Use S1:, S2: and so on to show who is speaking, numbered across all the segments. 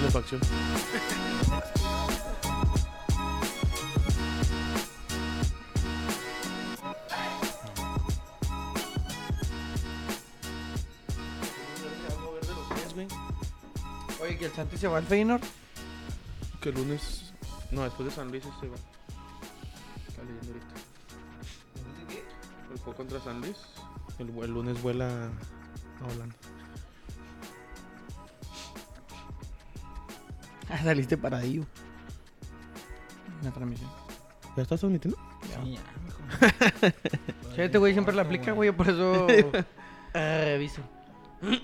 S1: de facción.
S2: Oye, que el Santi se va al Feyenoord.
S1: Que el lunes. No, después de San Luis este va. Está leyendo ahorita. El juego contra San Luis. El, el lunes vuela a Holanda.
S2: Ah, saliste paradillo. La transmisión.
S1: ¿Ya estás transmitiendo?
S2: Sí, este güey siempre la aplica, güey. Por eso eh, reviso. Ay,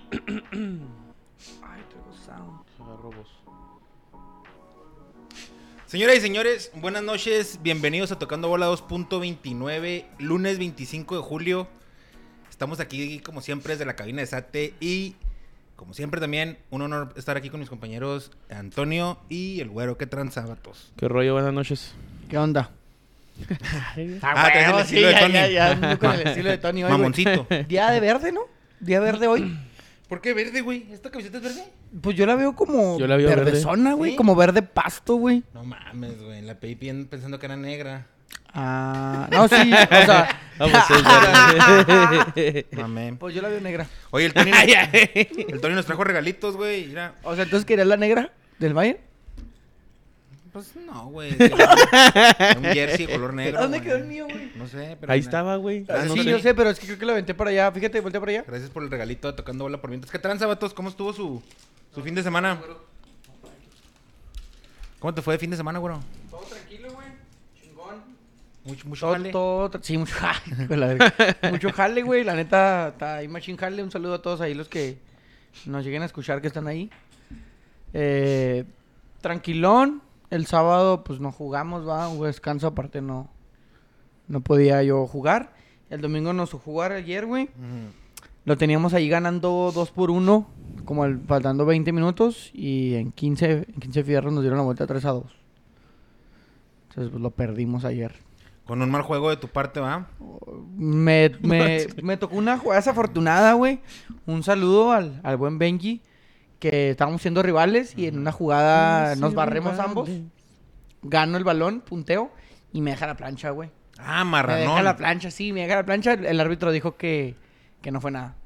S2: tengo sound.
S1: Agarro vos.
S3: Señoras y señores, buenas noches. Bienvenidos a Tocando Bola 2.29, lunes 25 de julio. Estamos aquí, como siempre, desde la cabina de Sate. Y, como siempre, también un honor estar aquí con mis compañeros Antonio y el güero. que transabatos?
S1: Qué rollo, buenas noches.
S2: ¿Qué onda?
S3: Ah, traes el
S2: huevo,
S3: estilo de
S2: ya,
S3: Tony.
S2: Ya, ya, ando con el estilo de Tony hoy, güey.
S3: Mamoncito.
S2: Día de verde, ¿no? Día verde hoy.
S3: ¿Por qué verde, güey? ¿Esta camiseta es verde?
S2: Pues yo la veo como
S1: Yo la veo verde.
S2: verdezona, güey.
S3: Sí.
S2: Como verde pasto, güey.
S3: No mames, güey. La pedí bien pensando que era negra.
S2: Ah, no, sí. O sea,
S1: Vamos, es verde.
S3: Mame.
S2: pues yo la veo negra.
S3: Oye, el Tony, el Tony nos trajo regalitos, güey. Mira.
S2: O sea, entonces querías la negra del Bayern.
S3: Pues no, güey. Un jersey de color negro.
S2: ¿Dónde
S3: güey.
S2: quedó el mío, güey?
S3: No sé, pero.
S1: Ahí
S3: mira.
S1: estaba, güey.
S3: Ah, no
S2: sí,
S3: sé.
S2: yo sé, pero es que creo que la aventé para allá. Fíjate, voltea para allá.
S3: Gracias por el regalito de tocando bola por mientras. ¿Qué tranza, vatos? ¿Cómo estuvo su, su fin de semana? ¿Cómo te fue de fin de semana, güero?
S2: Todo tranquilo, güey. Chingón.
S3: Mucho, mucho
S2: Todo,
S3: jale.
S2: todo, tra- sí, mucho jale, güey, la verga. Mucho jale, güey. La neta, está ahí machín jale. Un saludo a todos ahí los que nos lleguen a escuchar que están ahí. Eh, tranquilón. El sábado, pues no jugamos, va. Un descanso, aparte no, no podía yo jugar. El domingo nos jugar ayer, güey.
S3: Ujú.
S2: Lo teníamos ahí ganando 2 por 1, como al- faltando 20 minutos, y en 15, en 15 fierros nos dieron la vuelta 3 a 2. Entonces, pues lo perdimos ayer.
S3: Con un mal juego de tu parte, ¿va?
S2: Me, me, me tocó una jugada desafortunada, güey. Un saludo al, al buen Benji, que estábamos siendo rivales y en una jugada nos barremos ambos. Gano el balón, punteo, y me deja la plancha, güey.
S3: Ah,
S2: Me deja
S3: marranón.
S2: la plancha, sí, me deja la plancha. El, el árbitro dijo que, que no fue nada.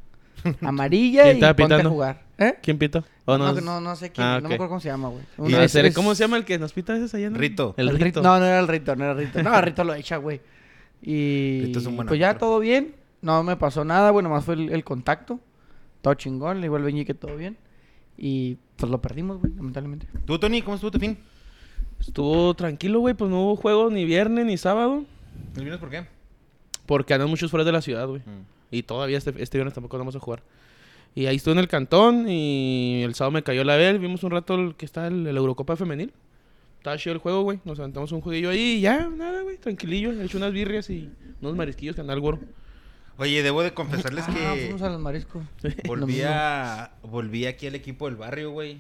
S2: Amarilla
S1: ¿Quién
S2: y
S1: estaba
S2: ponte
S1: pitando?
S2: a jugar. ¿Eh?
S1: ¿Quién pito?
S2: No, no, no, sé quién,
S1: Ah,
S2: no
S1: ok.
S2: me acuerdo cómo se llama, güey.
S1: Y
S2: Una vez
S1: ese-
S2: eres-
S1: ¿Cómo se llama el que nos pita ese allá? no?
S3: Rito.
S1: El
S2: Rit-
S1: rito.
S2: No, no era el Rito, no era el Rito. No, el Rito lo echa, güey. Y
S3: Rito es un buen
S2: pues ya
S3: árbitro.
S2: todo bien. No me pasó nada, bueno, más fue el, el contacto. Todo chingón, le igual Benji que todo bien. Y pues lo perdimos, güey, lamentablemente.
S3: ¿Tú, Tony, cómo estuvo tu fin?
S1: Estuvo tranquilo, güey. Pues no hubo juego ni viernes ni sábado.
S3: ¿El viernes por qué?
S1: Porque andan muchos fuera de la ciudad, güey.
S3: Mm.
S1: Y todavía este, este viernes tampoco vamos a jugar. Y ahí estuve en el cantón y el sábado me cayó la vez. Vimos un rato el, que está el, el Eurocopa femenil. Estaba chido el juego, güey. Nos aventamos un jueguillo ahí y ya, nada, güey. Tranquilillo. He hecho unas birrias y unos marisquillos que anda el güero.
S3: Oye, debo de confesarles
S2: Ah,
S3: que
S2: fuimos a los mariscos. Lo
S3: volví,
S2: mismo.
S3: a, volví aquí al equipo del barrio, güey.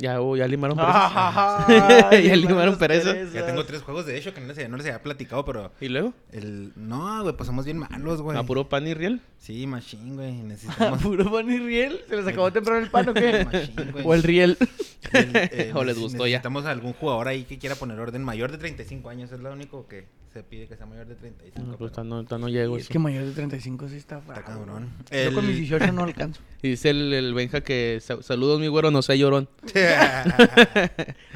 S1: Ya, oh, ya limaron por eso.
S2: Ay,
S1: Ya limaron
S2: hermanos
S1: perezas.
S3: Ya tengo tres juegos, de hecho, que no les, no les había platicado, pero...
S1: ¿Y luego?
S3: El... No, güey, pasamos bien malos, güey.
S1: A Ah, puro pan y riel.
S3: Sí, machín, güey.
S2: Ah,
S3: Necesitamos...
S2: Puro pan y riel. ¿Se les acabó temprano el pan o qué?
S3: Machín, güey.
S2: o el riel.
S3: El- eh,
S1: O les
S3: neces-
S1: gustó ya.
S3: Necesitamos algún jugador ahí que quiera poner orden mayor de 35 años. Es lo único que se pide que sea mayor de 35.
S1: No, pues
S3: pero
S1: ta- no, ta- no llego.
S2: Es
S1: eso.
S2: que mayor de 35 sí está
S3: Está
S2: bravo.
S3: cabrón.
S2: Yo con mis
S3: El-
S2: 18 no alcanzo.
S1: Y dice el, el Benja que "Sa- saludos, mi güero, no sea llorón.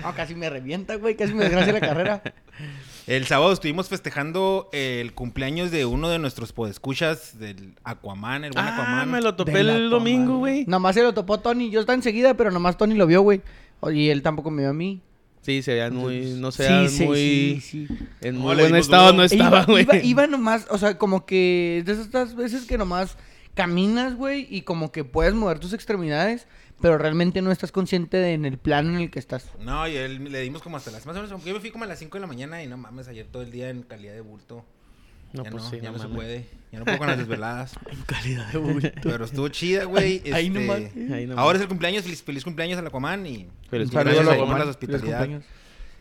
S2: No, casi me revienta, güey. Casi me desgracia la carrera.
S3: El sábado estuvimos festejando el cumpleaños de uno de nuestros podescuchas, del Aquaman, el buen
S1: Ah,
S3: Aquaman.
S1: me lo topé
S2: De la
S1: el domingo,
S2: toma,
S1: güey.
S2: Nomás se lo topó Tony. Yo estaba enseguida, pero nomás Tony lo vio, güey. O- Y él tampoco me vio a mí.
S1: Sí, se veían muy, no
S2: Sí,
S1: sean
S2: sí,
S1: muy...
S2: sí, sí.
S1: En
S3: No,
S1: muy
S3: le
S1: buen
S3: dimos
S1: estado
S3: duro.
S1: no
S2: E
S1: estaba,
S2: iba,
S1: güey.
S2: iba, iba nomás, o sea, como que de esas veces que nomás caminas, güey, y como que puedes mover tus extremidades, pero realmente no estás consciente de en el plano en el que estás.
S3: No, y él, le dimos como hasta las más o menos. como que Yo me fui como a las 5 de la mañana y no mames, ayer todo el día en calidad de bulto.
S1: No,
S3: ya
S1: pues
S3: no,
S1: sí,
S3: ya
S1: no
S3: no, se
S1: mames.
S3: puede. Ya no puedo con las desveladas.
S2: En calidad de bulto.
S3: Pero estuvo chida, güey.
S2: Ahí
S3: este,
S2: nomás.
S1: Ahí nomás.
S3: Ahora es el cumpleaños, feliz, feliz cumpleaños al Aquaman y gracias
S1: Feliz cumpleaños,
S3: a
S1: Aquaman.
S3: Aquaman la hospitalidad.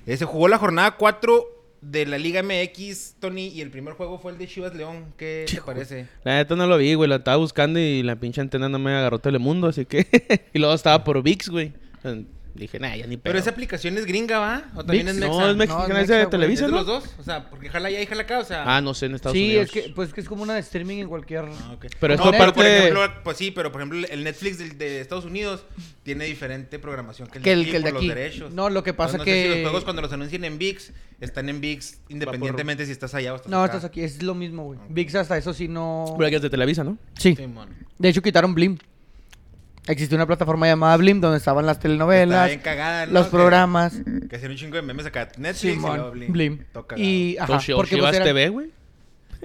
S3: Eh, se jugó la jornada 4 de la Liga MX, Tony, y el primer juego fue el de Chivas León. ¿Qué te parece?
S1: La neta no lo vi, güey. La estaba buscando y la pinche antena no me agarró Telemundo, así que... y luego estaba por VIX, güey. En- Le dije, nah, ya ni pedo.
S3: Pero esa aplicación es gringa, ¿va? ¿O también
S1: Vix,
S3: es mexa?
S1: No, es mexicana, es de
S2: mexa, güey.
S3: ¿Es
S1: Televisa,
S3: de
S1: ¿no?
S3: los dos? O sea, porque jala allá y jala acá, o sea...
S1: Ah, no sé, en Estados
S2: Sí,
S1: Unidos.
S2: es que, pues, que es como una de streaming en cualquier...
S3: Ah, ok.
S1: Pero
S3: No,
S1: esto
S3: Por
S1: aparte-
S3: ejemplo, pues sí, pero por ejemplo, el Netflix del- de, Estados Unidos tiene diferente programación que el
S2: Que
S3: de
S2: el-
S3: aquí.
S2: que el de
S3: por
S2: aquí.
S3: Los derechos.
S2: No, lo que pasa
S3: Entonces, no sé si
S2: que-
S3: los juegos cuando los anuncian en VIX están en VIX independientemente si estás allá o estás
S2: No,
S3: acá.
S2: estás aquí, es lo mismo, güey. VIX hasta eso sí no...
S1: Pero que es de Televisa, ¿no?
S2: Sí.
S3: Simón.
S2: De hecho, quitaron Blim. Existió una plataforma llamada Blim donde estaban Pues las
S3: Está
S2: telenovelas,
S3: bien cagada, ¿no?
S2: los
S3: Que-
S2: programas.
S3: Que hacían un chingo de memes acá. Netflix y luego
S2: Simón,
S3: Blim.
S2: Blim.
S3: Todo cagado.
S2: Y, ajá,
S1: Con Shio-
S2: porque
S1: Shivas
S2: pues, eran-
S1: TV, güey.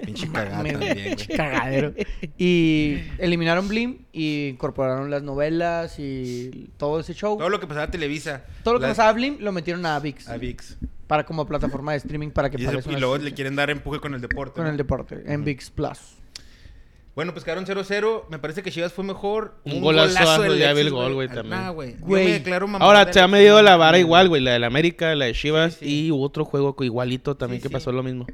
S3: Pinche cagada
S2: Mames,
S3: también, güey.
S2: Cagadero. Y eliminaron Blim y incorporaron las novelas y todo ese show.
S3: Todo lo que pasaba a Televisa.
S2: Todo lo que
S3: la-
S2: pasaba a Blim lo metieron a VIX.
S3: A VIX.
S2: Para como plataforma de streaming para que
S3: Y, eso-
S2: pagues
S3: y
S2: unas-
S3: luego le quieren dar empuje con el deporte.
S2: con
S3: ¿no?
S2: el deporte en VIX Plus.
S3: Bueno, pues quedaron 0-0. Me parece que Chivas fue mejor.
S1: Un golazo,
S3: de
S1: ya vi el
S3: Alexis,
S1: gol, güey,
S3: Ah,
S1: también.
S3: nah, güey. Yo
S2: Güey.
S3: me declaro mamón
S1: Ahora
S3: de
S1: se ha
S3: Alexis.
S1: medido la vara igual, güey. La del América, la de Chivas
S3: Sí, sí.
S1: y hubo otro juego que igualito también
S3: Sí,
S1: que
S3: sí.
S1: pasó lo mismo.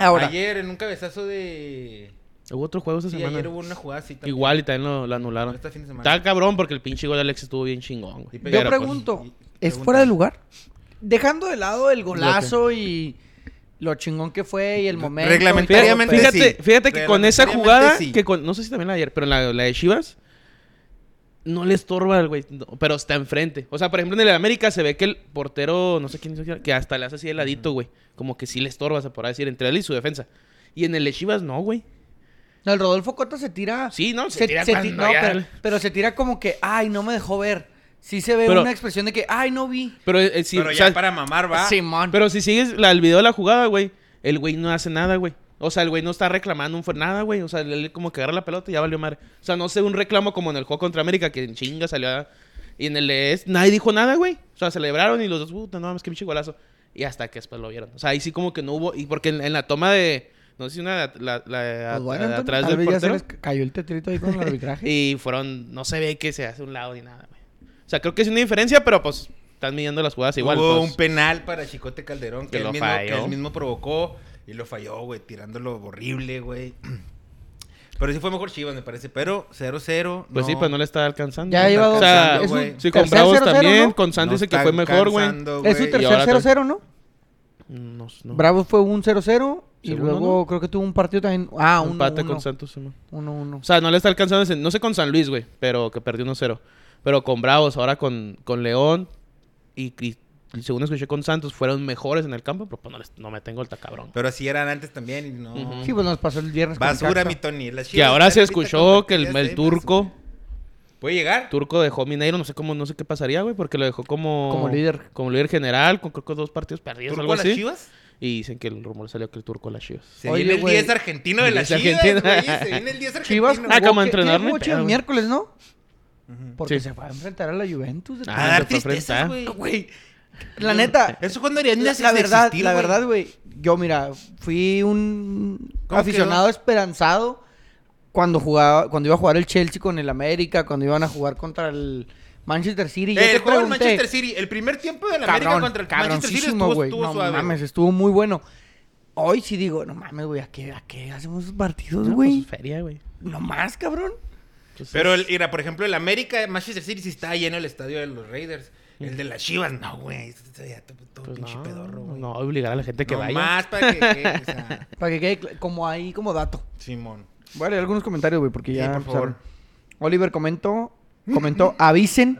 S2: Ahora,
S3: Ayer en un cabezazo de.
S1: Hubo otro juego esta
S3: Sí,
S1: semana.
S3: ayer hubo una jugada así también.
S1: Igual y también lo, lo anularon.
S3: Este fin de semana.
S1: Está cabrón porque el pinche gol de Alex estuvo bien chingón,
S3: Y
S1: güey.
S2: yo
S3: pero, pues,
S2: pregunto,
S3: y-
S2: ¿es
S3: pregunta.
S2: fuera de lugar? Dejando de lado el golazo y lo chingón que fue y el momento. y
S3: Reglamentariamente
S2: todo, pero-
S1: pues, Fíjate,
S3: sí.
S1: fíjate que con esa
S3: Reglamentariamente
S1: jugada,
S3: sí.
S1: que con- no sé si también la de ayer, pero la, la de Chivas, no le estorba al güey, no, pero está enfrente. O sea, por ejemplo, en el América se ve que el portero, no sé quién hizo, que hasta le hace así de ladito, güey. Como que sí le estorba, se podrá decir, entre él y su defensa. Y en el de Chivas no, güey.
S2: pues, No, el Rodolfo Cota se tira.
S1: Sí, no, se,
S2: se-
S1: tira
S2: se ti-
S1: cuando
S2: no,
S1: ya-
S2: pero, pero se tira como que, ay, no me dejó ver. Sí se ve
S1: Pero-
S2: una expresión de que, ay, no vi.
S1: Pero, eh, si,
S3: pero
S1: o
S3: ya
S1: sea,
S3: para mamar va.
S2: Simón.
S1: pero si sigues la, el video de la jugada, güey, el güey no hace nada, güey. O sea, el güey no está reclamando un fue nada, güey. O sea, él como que agarra la pelota y ya valió madre. O sea, no sé, un reclamo como en el juego contra América que en chinga salió a- Y en el ES nadie dijo nada, güey. O sea, celebraron y los dos, puta, no mames, qué pinche golazo. Y hasta que después lo vieron. O sea, ahí sí como que no hubo... Y porque en, en la toma de... No sé si una... de- La, la de a-
S2: Pues bueno,
S1: a- de
S2: Antonio,
S1: atrás
S2: tal
S1: del
S2: vez ya se
S1: portero.
S2: les ca- cayó el tetrito ahí con el arbitraje.
S1: Y fueron... No se ve que se hace un lado ni nada, güey. O sea, creo que es una diferencia, pero pues... Están midiendo las jugadas igual. pues.
S3: Hubo
S1: entonces-
S3: un penal para Chicote Calderón que,
S1: Que
S3: él,
S1: lo
S3: mismo, que
S1: falló.
S3: él mismo provocó y lo falló, güey, tirándolo horrible, güey. Pero sí fue mejor Chivas, me parece. Pero 0-0.
S1: Pues sí, pues no le está alcanzando.
S2: Ya
S1: ¿no?
S2: lleva
S3: dos.
S1: O sea,
S3: Cansando,
S1: es un-
S3: güey.
S1: sí,
S2: tercer
S1: con Bravos
S2: 0-0,
S1: también.
S2: ¿no?
S1: Con Santos
S3: Nos
S1: dice que fue
S3: están
S1: mejor, güey.
S3: cansando,
S2: es su
S3: güey.
S1: Y ahora
S2: tercer
S1: también-
S2: 0-0, ¿no?
S1: No, no.
S2: Bravo fue un 0-0 y
S1: Segundo,
S2: luego
S1: ¿no?
S2: creo que tuvo un partido también. Ah, un
S1: empate con Santos. sí, man.
S2: 1-1.
S1: O sea, no le está alcanzando. ese- No sé con San Luis, güey, pero que perdió 1-0. Pero con Bravos, ahora con, con León y, y según escuché con Santos, fueron mejores en el campo, pero pues no, les- no me tengo el cabrón.
S3: Pero así eran antes también y no.
S1: Ujú.
S2: Sí, pues nos pasó el viernes. con
S3: Basura,
S2: Necaxa.
S3: mi Tony. Las
S1: Que
S3: Chivas
S1: ahora
S3: están
S1: se
S3: ahorita
S1: escuchó que el,
S3: convertidas
S1: el
S3: en
S1: turco,
S3: basura. ¿Puede llegar?
S1: turco dejó Mineiro, no sé cómo, no sé qué pasaría, güey, porque lo dejó como...
S2: Como líder.
S1: Como líder general, con creo que dos partidos perdidos,
S3: ¿Turco
S1: algo
S3: a las
S1: así.
S3: Chivas?
S1: Y dicen que el rumor salió que el turco a las chivas.
S3: Se
S2: Oye,
S3: viene el
S2: güey.
S3: 10 argentino de las
S1: Diez
S3: Chivas,
S1: argentino.
S3: güey. Se viene el 10 argentino.
S2: Chivas jugó
S1: Ah, como
S2: que-
S1: entrenador,
S2: tiene
S1: no hay
S2: mucho el
S1: pedo.
S2: miércoles, ¿no? Porque
S1: Sí.
S2: se fue a enfrentar a la Juventus. de-
S1: Ah,
S3: A dar
S1: se fue a
S3: tristezas,
S1: enfrentar.
S3: güey.
S2: La
S1: eh,
S2: neta.
S3: Eso cuando harían
S2: La, la verdad, la verdad, güey. Yo, mira, fui un
S3: ¿Cómo
S2: aficionado
S3: quedó?
S2: esperanzado cuando jugaba, cuando iba a jugar el Chelsea con el América, cuando iban a jugar contra el Manchester City. Yo te
S3: el juego del
S2: pregunté,
S3: Eh, Manchester City, el primer tiempo del América
S2: cabrón,
S3: contra el Manchester City
S2: cabroncísimo,
S3: estuvo,
S2: güey.
S3: estuvo
S2: no
S3: suave.
S2: mames, estuvo muy bueno. Hoy sí digo, no mames, güey, ¿a qué, ¿a qué hacemos esos partidos, güey?
S1: No, pues, feria, güey.
S2: No más, cabrón.
S1: Pues,
S3: Pero, el, mira, por ejemplo, el América, Manchester City sí está lleno el estadio de los Raiders. El de las Chivas, no, güey. Este está ya todo- todo
S1: pues,
S3: pinche
S1: no,
S3: pedorro, güey.
S1: no, obligar a la gente que
S3: No
S1: vaya.
S3: más para que, que, o sea,
S2: Para que quede cl- como ahí, como dato.
S3: Simón.
S2: Voy a leer algunos comentarios, güey, porque
S3: Sí,
S2: ya.
S3: por favor.
S2: empezaron. Oliver comentó, comentó, avisen.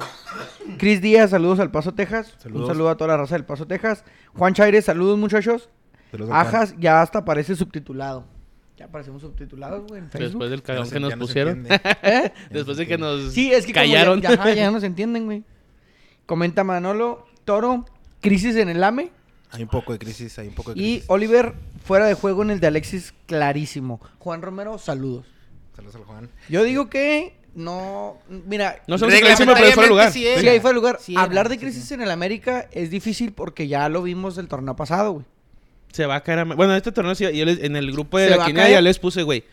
S2: Chris Díaz, saludos al Paso, Texas.
S3: Saludos.
S2: Un saludo a toda la raza del Paso, Texas. Juan Chaires, saludos, muchachos. Ajas ya hasta parece subtitulado. Ya aparecemos subtitulados, güey, en Facebook.
S1: Después del
S3: Ya no
S1: cagón
S3: se-
S1: que nos
S3: ya no se
S1: pusieron.
S3: entiende.
S2: ¿Eh?
S1: Después de que nos
S2: Sí, es que como ya-
S1: callaron.
S2: ya, ajá, ya nos entienden, güey. Comenta Manolo, Toro, crisis en el AME.
S3: Hay un poco de crisis, hay un poco de
S2: Y
S3: Pues, crisis.
S2: Oliver, fuera de juego en el de Alexis, clarísimo. Juan Romero, saludos.
S3: Saludos al Juan.
S2: Yo digo que no. Mira,
S1: No somos el próximo, pero fuera de lugar.
S3: Sí, era.
S2: sí, ahí fue el lugar.
S3: Sí era,
S2: Hablar de
S3: sí,
S2: crisis
S3: sí.
S2: en el América es difícil porque ya lo vimos el torneo pasado, güey.
S1: Se va a caer. a- Bueno, este torneo, sí, yo les- en el grupo de
S2: Se va
S1: la
S2: a
S1: quinea
S2: caer.
S1: ya les puse, güey.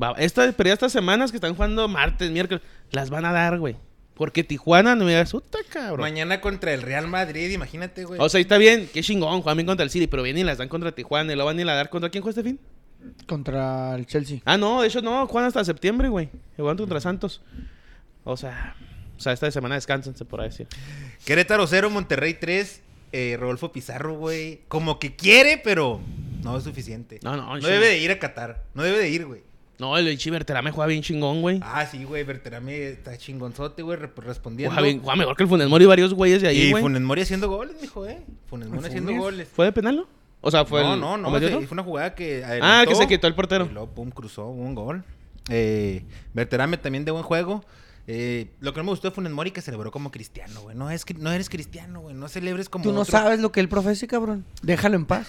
S1: va- Esta, pero ya estas semanas que están jugando martes, miércoles, las van a dar, güey. Porque Tijuana no me da puta, cabrón.
S3: Mañana contra el Real Madrid, imagínate, güey.
S1: O sea, ahí está bien, qué chingón, juegan bien contra el City, pero vienen y las dan contra Tijuana y lo van y la dar contra quién juega este fin.
S2: Contra el Chelsea.
S1: Ah, no, de hecho no, juegan hasta septiembre, güey. Juegan contra Santos. O sea, O sea, esta semana descansan, se podrá decir.
S3: Querétaro 0, Monterrey 3. Eh, Rodolfo Pizarro, güey. Como que quiere, pero no es suficiente.
S1: No, no,
S3: No
S1: sí.
S3: debe de ir a Qatar. No debe de ir, güey.
S1: No, el Ichi Berterame juega bien chingón, güey.
S3: Ah, sí, güey. Berterame está chingonzote, güey, re- respondiendo.
S1: Juega, bien- juega mejor que el Funes Mori y varios güeyes de ahí,
S3: y
S1: güey.
S3: Funes Mori haciendo goles, mijo, eh. Funes Mori
S2: ¿El
S3: haciendo
S2: Funes?
S3: goles.
S1: ¿Fue de penal, no? O sea, fue
S3: no,
S1: el...
S3: no,
S1: ¿o
S3: no,
S1: metió
S3: se-
S1: otro?
S3: Fue una jugada que.
S1: Ah, que se quitó el portero.
S3: Y luego, pum, cruzó un gol. Eh, Berterame también de buen juego. Eh, lo que no me gustó de Funes Mori que celebró como cristiano, güey. No, es que no eres cristiano, güey. No celebres como.
S2: Tú no
S3: otro.
S2: sabes lo que él profesa, cabrón. Déjalo en paz.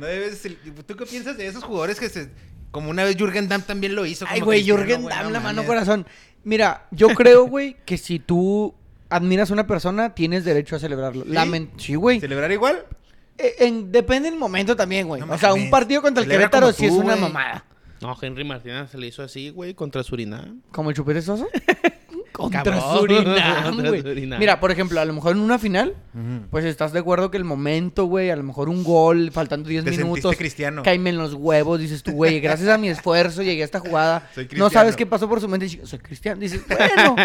S3: No debes cel- ¿Tú qué piensas de esos jugadores que se. Como una vez Jürgen Damm también lo hizo.
S2: Ay,
S3: como
S2: güey,
S3: cristiano,
S2: Jürgen
S3: güey,
S2: Damm,
S3: no
S2: la mano
S3: mames.
S2: corazón. Mira, yo creo, güey, que si tú admiras a una persona, tienes derecho a celebrarlo. Lamen- Sí, güey.
S3: ¿Celebrar igual?
S2: Eh, en- depende del momento también, güey.
S3: No
S2: o sea, un
S3: mames.
S2: partido contra el
S3: Celebra
S2: Querétaro
S3: como
S2: sí es
S3: tú,
S2: una
S3: güey.
S2: mamada.
S1: No, Henry Martínez se le hizo así, güey, contra Surinam.
S2: ¿Como el Chupete Sosa? contra
S1: Cabrón.
S2: Surinam,
S1: Contra
S2: güey.
S1: Surinam.
S2: Mira, por ejemplo, a lo mejor en una final, pues estás de acuerdo que el momento, güey, a lo mejor un gol, faltando 10
S3: Te sentiste
S2: minutos,
S3: cristiano.
S2: caíme en los huevos, dices tú, güey, gracias a mi esfuerzo llegué a esta jugada.
S3: Soy
S2: no
S3: cristiano.
S2: sabes qué pasó por su mente, chico, soy cristiano. Dices, bueno,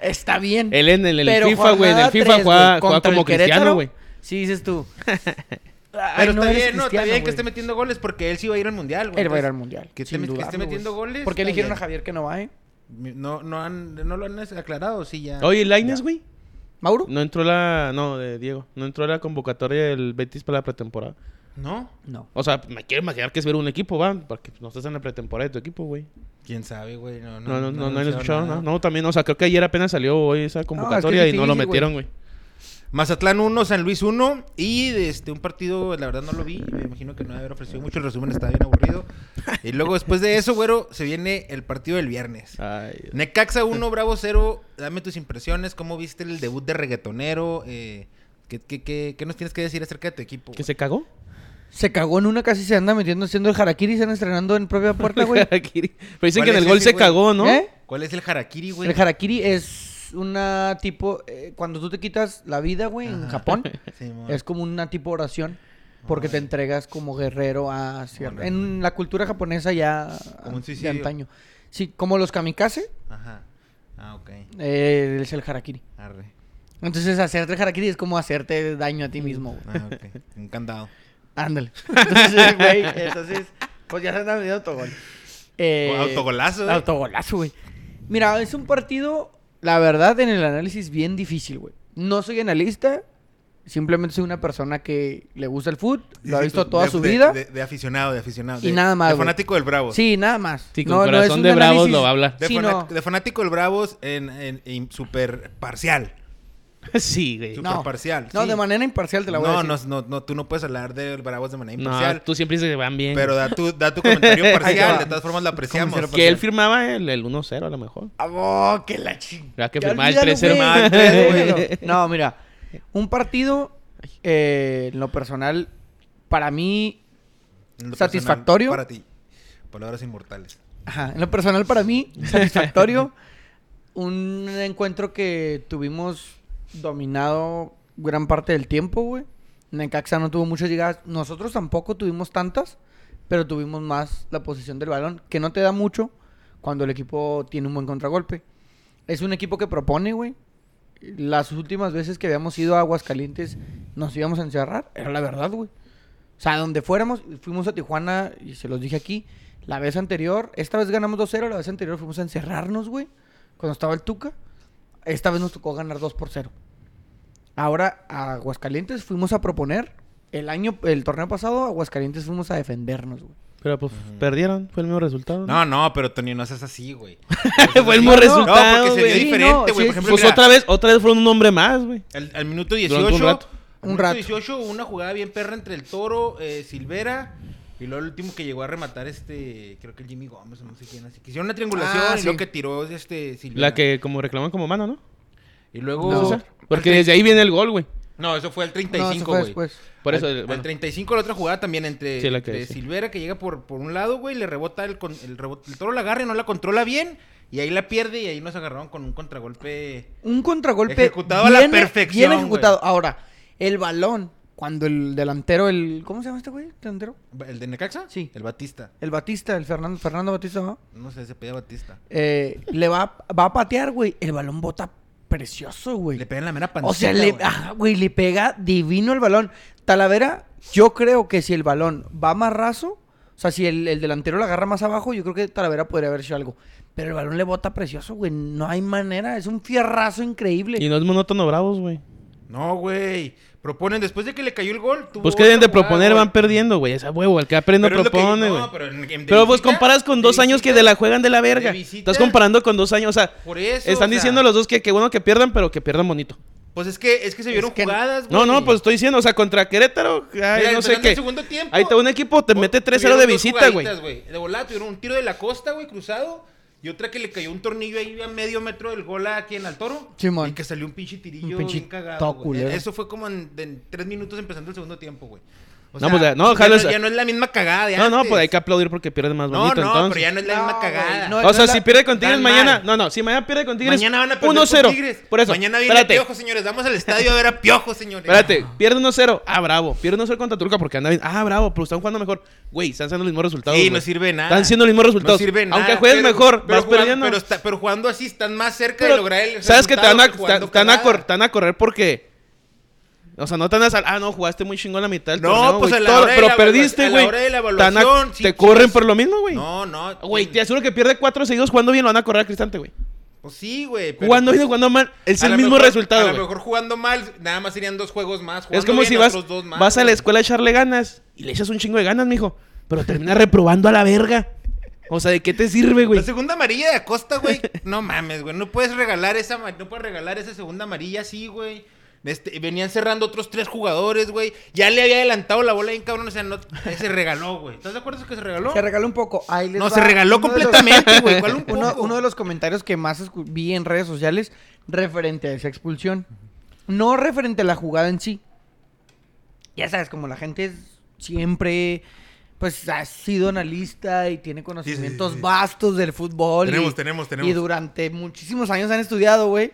S2: está bien.
S1: Él en el, el
S2: Pero
S1: FIFA, güey, en el
S2: jornada
S1: FIFA
S2: tres,
S1: juega,
S2: güey,
S1: juega
S2: contra el
S1: como cristiano,
S2: Querétaro,
S1: güey.
S2: Sí, dices tú.
S3: Pero está bien,
S2: eres
S3: no, está
S2: cristiano,
S3: bien que
S2: güey.
S3: esté metiendo goles porque él sí va a ir al mundial, güey.
S2: Él va a ir al
S3: Entonces,
S2: mundial.
S3: Que esté,
S2: sin
S3: met- que esté
S2: dudarlo,
S3: metiendo
S2: güey.
S3: goles.
S2: ¿Por qué
S3: está
S2: eligieron a
S3: bien.
S2: Javier que no va, eh?
S3: No, no, han, no lo han aclarado, sí, ya.
S1: Oye, Laines, güey.
S2: ¿Mauro?
S1: No entró la. No, de Diego. No entró la convocatoria del Betis para la pretemporada.
S3: ¿No?
S2: No.
S1: O sea, me quiero imaginar que es ver un equipo, va. Porque no estás en la pretemporada de tu equipo, güey.
S3: ¿Quién sabe, güey? No,
S1: No, no, no,
S3: han
S1: no, han
S3: anunciado
S1: escuchado,
S3: nada.
S1: no. No, también, o sea, creo que ayer apenas salió hoy esa convocatoria y no lo
S2: difícil,
S1: metieron, güey.
S3: Mazatlán 1, San Luis 1. Y de este, un partido, la verdad no lo vi. Me imagino que no haber ofrecido mucho. El resumen estaba bien aburrido. Y luego, después de eso, güero, se viene el partido del viernes.
S1: Ay,
S3: Necaxa 1, Bravo 0. Dame tus impresiones. ¿Cómo viste el debut de reggaetonero? Eh, ¿qué, qué, qué, qué nos tienes que decir acerca de tu equipo?
S1: ¿Que
S3: güey?
S1: se cagó?
S2: Se cagó en una, casi se anda metiendo haciendo el harakiri, se anda estrenando en propia puerta, güey.
S1: Pero dicen
S3: ¿Cuál
S1: que en
S3: es
S1: el gol
S3: ese,
S1: se
S3: güey?
S1: cagó, ¿no?
S2: ¿Eh?
S3: ¿Cuál es el harakiri, güey?
S2: El harakiri es una tipo... eh, cuando tú te quitas la vida, güey, en Japón,
S3: Sí, mo.
S2: es como una tipo oración. Porque te entregas como guerrero hacia...
S3: Órale.
S2: En la cultura japonesa ya
S3: Como un
S2: de
S3: suicidio.
S2: antaño. Sí, como los kamikaze,
S3: Ajá. Ah, ok.
S2: eh, es el harakiri.
S3: Arre.
S2: Entonces, hacerte harakiri es como hacerte daño a ti mismo, güey.
S3: Ah, ok. Encantado.
S2: Ándale. Entonces, güey, entonces, pues ya se anda metiendo autogol. Eh,
S3: Autogolazo, güey.
S2: Autogolazo, güey. Mira, es un partido, la verdad, en el análisis bien difícil, güey. No soy analista, simplemente soy una persona que le gusta el fútbol, lo ha
S3: Sí,
S2: visto
S3: tú-
S2: toda
S3: de-
S2: su
S3: de-
S2: vida.
S3: De, de aficionado, de aficionado.
S2: Y
S3: de-
S2: nada más,
S3: De
S2: güey.
S3: fanático del Bravo.
S2: Sí, nada más.
S1: Sí, con corazón de bravos lo va a hablar.
S3: De,
S2: Sí,
S3: fana-
S2: no.
S3: de fanático del Bravos en, en, en super parcial.
S1: sí, güey.
S3: Súper
S2: No,
S3: parcial,
S2: no
S3: sí.
S2: de manera imparcial te la voy a
S3: No,
S2: decir.
S3: no, no, no, tú no puedes hablar del Bravos de manera
S1: No,
S3: imparcial.
S1: tú siempre dices que van bien.
S3: Pero da tu, da tu comentario
S2: Ahí
S3: parcial.
S2: va.
S3: De todas formas, la apreciamos.
S2: Comentario
S1: que él firmaba el, el 1-0 a lo mejor.
S2: Ah, oh, que la chingada.
S1: Ya que
S2: Ya
S1: firmaba el
S2: olvídalo,
S1: 3-0.
S2: güey,
S3: Firmaba el
S2: olvídalo.
S1: 3-0.
S2: No, mira. Un partido, eh, en lo personal, para mí.
S3: En lo
S2: Satisfactorio.
S3: personal, Para ti. Palabras inmortales.
S2: Ajá, en lo personal, para mí, satisfactorio. un encuentro que tuvimos dominado gran parte del tiempo, güey. Necaxa no tuvo muchas llegadas. Nosotros tampoco tuvimos tantas, pero tuvimos más la posición del balón, que no te da mucho cuando el equipo tiene un buen contragolpe. Es un equipo que propone, güey. Las últimas veces que habíamos ido a Aguascalientes nos íbamos a encerrar, era la verdad, güey. O sea, donde fuéramos, fuimos a Tijuana y se los dije aquí, la vez anterior, esta vez ganamos 2-0, la vez anterior fuimos a encerrarnos, güey, cuando estaba el Tuca. Esta vez nos tocó ganar 2 por 0. Ahora a Aguascalientes fuimos a proponer. El año, el torneo pasado, a Aguascalientes fuimos a defendernos, güey.
S1: Pero pues perdieron, fue el mismo resultado.
S3: No, no, pero Tony, no seas así, güey.
S1: Fue el mismo
S2: No, no,
S1: resultado,
S3: No, porque se vio
S1: güey.
S2: Sí, no,
S3: diferente, güey.
S2: sí,
S3: Por ejemplo,
S1: Pues
S3: mira,
S1: otra vez, otra vez fueron un hombre más, güey.
S3: Al, al minuto
S1: Durante
S3: 18.
S1: un rato.
S3: al
S2: Un
S3: minuto
S2: rato.
S3: 18, una jugada bien perra entre el toro, eh, Silvera. Y luego el último que llegó a rematar, este. Creo que el Jimmy Gómez, o no sé quién. Así que hicieron una triangulación
S2: Ah,
S3: y
S2: sí.
S3: luego que tiró este Silvera.
S1: La que como reclaman como mano, ¿no?
S3: Y luego.
S2: No.
S1: Esa. Porque desde ahí viene el gol, güey.
S3: No, eso fue el
S2: No,
S3: 35, güey.
S2: eso fue después.
S1: Por eso,
S3: al, al
S1: bueno.
S3: 35 la otra jugada también entre,
S1: Sí, la que
S3: entre
S1: sí.
S3: Silvera que llega por, por un lado, güey, le rebota el, con, el, rebot- el toro la agarra y no la controla bien y ahí la pierde y ahí nos agarraron con un contragolpe.
S2: Un contragolpe.
S3: Ejecutado a la
S2: bien-
S3: perfección,
S2: Bien ejecutado. Ahora, el balón, cuando el delantero, el. ¿Cómo se llama este güey? ¿Delantero?
S3: ¿El de Necaxa?
S2: Sí.
S3: El Batista.
S2: El Batista, el Fernando, Fernando Batista, ¿no?
S3: No sé, se pedía Batista.
S2: Eh, le va, va a patear, güey. El balón bota precioso, güey.
S3: Le pegan la mera pancita.
S2: O sea, le,
S3: güey.
S2: ah, güey, le pega divino el balón. Talavera, yo creo que si el balón va más raso, o sea, si el, el delantero la agarra más abajo, yo creo que Talavera podría haber hecho algo. Pero el balón le bota precioso, güey. No hay manera. Es un fierrazo increíble.
S1: Y no es monótono bravos, güey.
S3: No, güey. Proponen, después de que le cayó el gol, tuvo
S1: Pues que deben de
S3: otra jugada,
S1: proponer,
S3: güey.
S1: van perdiendo, güey. Esa huevo, el que aprende
S3: Pero es lo que-
S1: propone,
S3: no,
S1: güey.
S3: pero, en- en- de
S1: Pero pues
S3: visita,
S1: comparas con
S3: de
S1: dos años que
S3: visita,
S1: de la juegan de la verga.
S3: de visita.
S1: Estás comparando con dos años. O sea,
S3: Por eso,
S1: están
S3: o sea,
S1: diciendo los dos que, que bueno que pierdan, pero que pierdan bonito.
S3: Pues es que, es que se vieron
S2: que-
S3: jugadas, güey.
S1: No, no, pues estoy diciendo, o sea, contra Querétaro, ay,
S3: Mira,
S1: no sé
S3: empezando
S1: qué.
S3: el segundo tiempo,
S1: Ahí te va un equipo, te
S3: o-
S1: mete 3-0
S3: tuvieron
S1: de
S3: dos
S1: visita, güey.
S3: jugaditas, De volada tuvieron un tiro de la costa, güey, cruzado. Y otra que le cayó un tornillo ahí a medio metro del gol a quien, al toro.
S2: Simón.
S3: Y que salió un pinche tirillo
S2: Un pinche
S3: bien cagado,
S2: todo
S3: güey.
S2: culero.
S3: Eso fue como en, en tres minutos empezando el segundo tiempo, güey. O
S1: No, pues, ya- no,
S3: ya
S1: ojalá-
S3: ya no es la misma cagada de
S1: No, no,
S3: antes.
S1: pues hay que aplaudir porque pierden más
S3: No,
S1: bonito,
S3: no,
S1: entonces.
S3: pero ya no es la
S2: No,
S3: misma
S2: güey,
S3: cagada.
S2: no,
S1: o sea,
S2: la-
S1: si pierde con Tigres
S3: Tan
S1: mañana.
S3: mal.
S1: No, no, si mañana pierde con Tigres.
S3: Mañana van a perder
S1: 1-0.
S3: con Tigres.
S1: Por eso.
S3: Mañana viene
S1: espérate,
S3: Piojo, señores. Vamos al estadio a ver a Piojo, señores.
S1: espérate. Pierde 1-0. Ah, bravo. Pierde 1-0 contra Turca porque anda bien. Ah, bravo. Pero están jugando mejor. Güey, están haciendo los mismos resultados.
S3: Sí,
S1: güey.
S3: no sirve de nada.
S1: Están haciendo los mismos resultados.
S3: No sirve de nada.
S1: Aunque juegues
S3: pero-
S1: mejor,
S3: pero
S1: vas
S3: jugando-
S1: perdiendo.
S3: Pero, está- pero jugando así están más cerca
S1: Pero,
S3: de lograr el
S1: ¿Sabes que te van a,
S3: resultado jugando
S1: te- te van a
S3: cagada?
S1: cor- te van a correr porque. O sea, no te van a sal- Ah, no, jugaste muy chingón la mitad del
S3: No,
S1: torneo,
S3: pues,
S1: güey,
S3: a la
S1: todo-
S3: hora de
S1: Pero
S3: la
S1: perdiste,
S3: evaluación-
S1: güey.
S3: a la hora de la
S1: Te van a-
S3: evaluación, sí,
S1: Te corren
S3: chingos.
S1: por lo mismo, güey.
S3: No, no.
S1: Güey,
S3: sí.
S1: te aseguro que pierde cuatro seguidos jugando bien, lo van a correr al cristante, güey.
S3: Pues sí, güey. pero- pues,
S1: Jugando bien o jugando mal, es
S3: a
S1: el
S3: lo
S1: mismo
S3: mejor-
S1: resultado.
S3: A lo
S1: güey.
S3: mejor jugando mal, nada más serían dos juegos más.
S1: Es
S3: jugando
S1: como
S3: bien,
S1: si vas,
S3: otros dos más,
S1: vas a la
S3: güey.
S1: escuela a echarle ganas y le echas un chingo de ganas, mijo. Pero terminas reprobando a la verga. O sea, ¿de qué te sirve, güey?
S3: La segunda amarilla de Acosta, güey. No mames, güey. No puedes regalar esa, ama- no puedes regalar esa segunda amarilla así, güey. Este, venían cerrando otros tres jugadores, güey. Ya le había adelantado la bola bien cabrón. O sea, no, se regaló, güey. ¿Estás de acuerdo que se regaló?
S2: Se regaló un poco. Ahí les
S3: no,
S2: va
S3: se regaló
S2: uno de los-
S3: completamente, güey. ¿Cuál un poco?
S2: uno, uno de los comentarios que más escu- vi en redes sociales referente a esa expulsión. No referente a la jugada en sí. Ya sabes, como la gente es siempre pues ha sido analista y tiene conocimientos
S3: sí.
S2: vastos del fútbol.
S3: Tenemos,
S2: y-
S3: tenemos, tenemos.
S2: Y durante muchísimos años han estudiado, güey.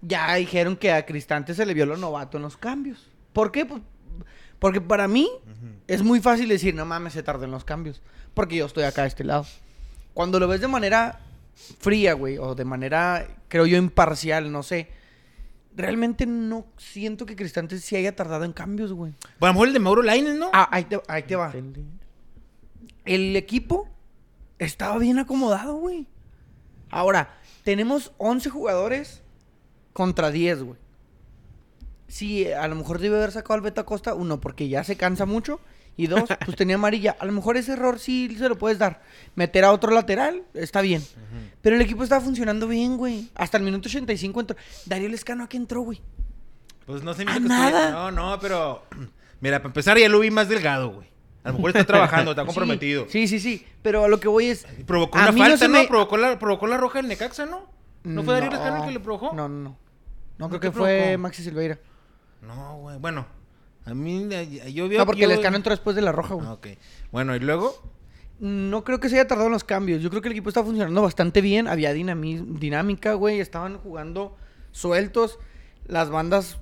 S2: Ya dijeron que a Cristante se le vio lo novato en los cambios. ¿Por qué? Pues, porque para mí es muy fácil decir, no mames, se tardan los cambios. Porque yo estoy acá de este lado. Cuando lo ves de manera fría, güey, o de manera, creo yo, imparcial, no sé. Realmente no siento que Cristante se haya tardado en cambios, güey.
S3: Bueno, a lo mejor el de Mauro Laines, ¿no?
S2: Ah, ahí te, ahí te va. El equipo estaba bien acomodado, güey. Ahora, tenemos 11 jugadores contra 10, güey. Sí, a lo mejor debe haber sacado al Beto Acosta, uno, porque ya se cansa mucho, y dos, pues tenía amarilla. A lo mejor ese error sí se lo puedes dar. Meter a otro lateral, está bien. Pero el equipo estaba funcionando bien, güey. Hasta el minuto 85 entró. Darío Lescano, ¿a qué entró, güey?
S3: Pues no se me
S2: ¿A
S3: hizo que estuviera-
S2: ah,
S3: No,
S2: nada?
S3: no, pero. mm, Mira, para empezar ya lo vi más delgado, güey. A lo mejor está trabajando, está comprometido.
S2: Sí, sí, sí. Pero a lo que voy es...
S3: Provocó
S2: A
S3: una
S2: mí no
S3: falta,
S2: se
S3: ¿no?
S2: me-
S3: Provocó, la, provocó la roja del Necaxa, ¿no? ¿No fue Darío Lescano el que le provocó?
S2: No, no, no. No,
S3: ¿No
S2: creo
S3: te
S2: que fue
S3: provocó?
S2: Maxi Silveira.
S3: No, güey. Bueno, a mí eh, yo veo.
S2: No, porque
S3: yo-
S2: el escano entró después de la roja, güey.
S3: Ah, ok. Bueno, y luego.
S2: No creo que se haya tardado en los cambios. Yo creo que el equipo está funcionando bastante bien. Había dinami- dinámica, güey. Estaban jugando sueltos. Las bandas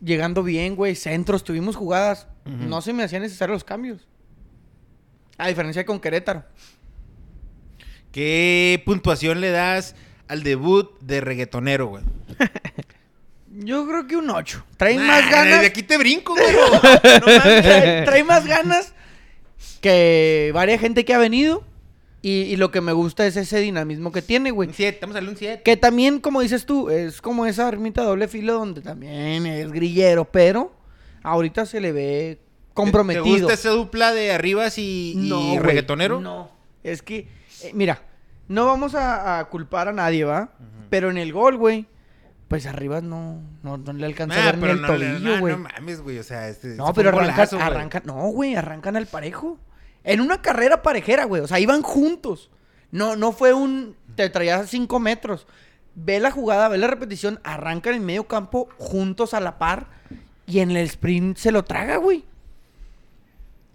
S2: llegando bien, güey. Centros, tuvimos jugadas. No se me hacían necesarios los cambios. A diferencia con Querétaro.
S3: ¿Qué puntuación le das al debut de reggaetonero, güey?
S2: Yo creo que un 8. Traen
S3: Nah,
S2: más ganas.
S3: De aquí te brinco, güey.
S2: No mames, trae, trae más ganas que varias gente que ha venido. Y, y lo que me gusta es ese dinamismo que tiene, güey.
S3: Un 7, estamos hablando de un 7.
S2: Que también, como dices tú, es como esa ermita de doble filo donde también es grillero, pero ahorita se le ve comprometido.
S3: ¿Te gusta esa dupla de Arribas y, y
S2: güey,
S3: reggaetonero?
S2: No, es que, eh, mira, no vamos a, a culpar a nadie, ¿va? Pero en el gol, güey, pues arriba no, no, no le alcanza a
S3: Ah,
S2: ver ni
S3: pero
S2: el
S3: no,
S2: tobillo,
S3: no,
S2: güey.
S3: no mames, güey. O sea, este.
S2: No,
S3: este
S2: pero
S3: fue un
S2: arrancan,
S3: golazo, güey.
S2: arrancan, no, güey, arrancan al parejo. En una carrera parejera, güey. O sea, iban juntos. No, no fue un. Te traías cinco metros. Ve la jugada, ve la repetición, arrancan en medio campo juntos a la par. Y en el sprint se lo traga, güey.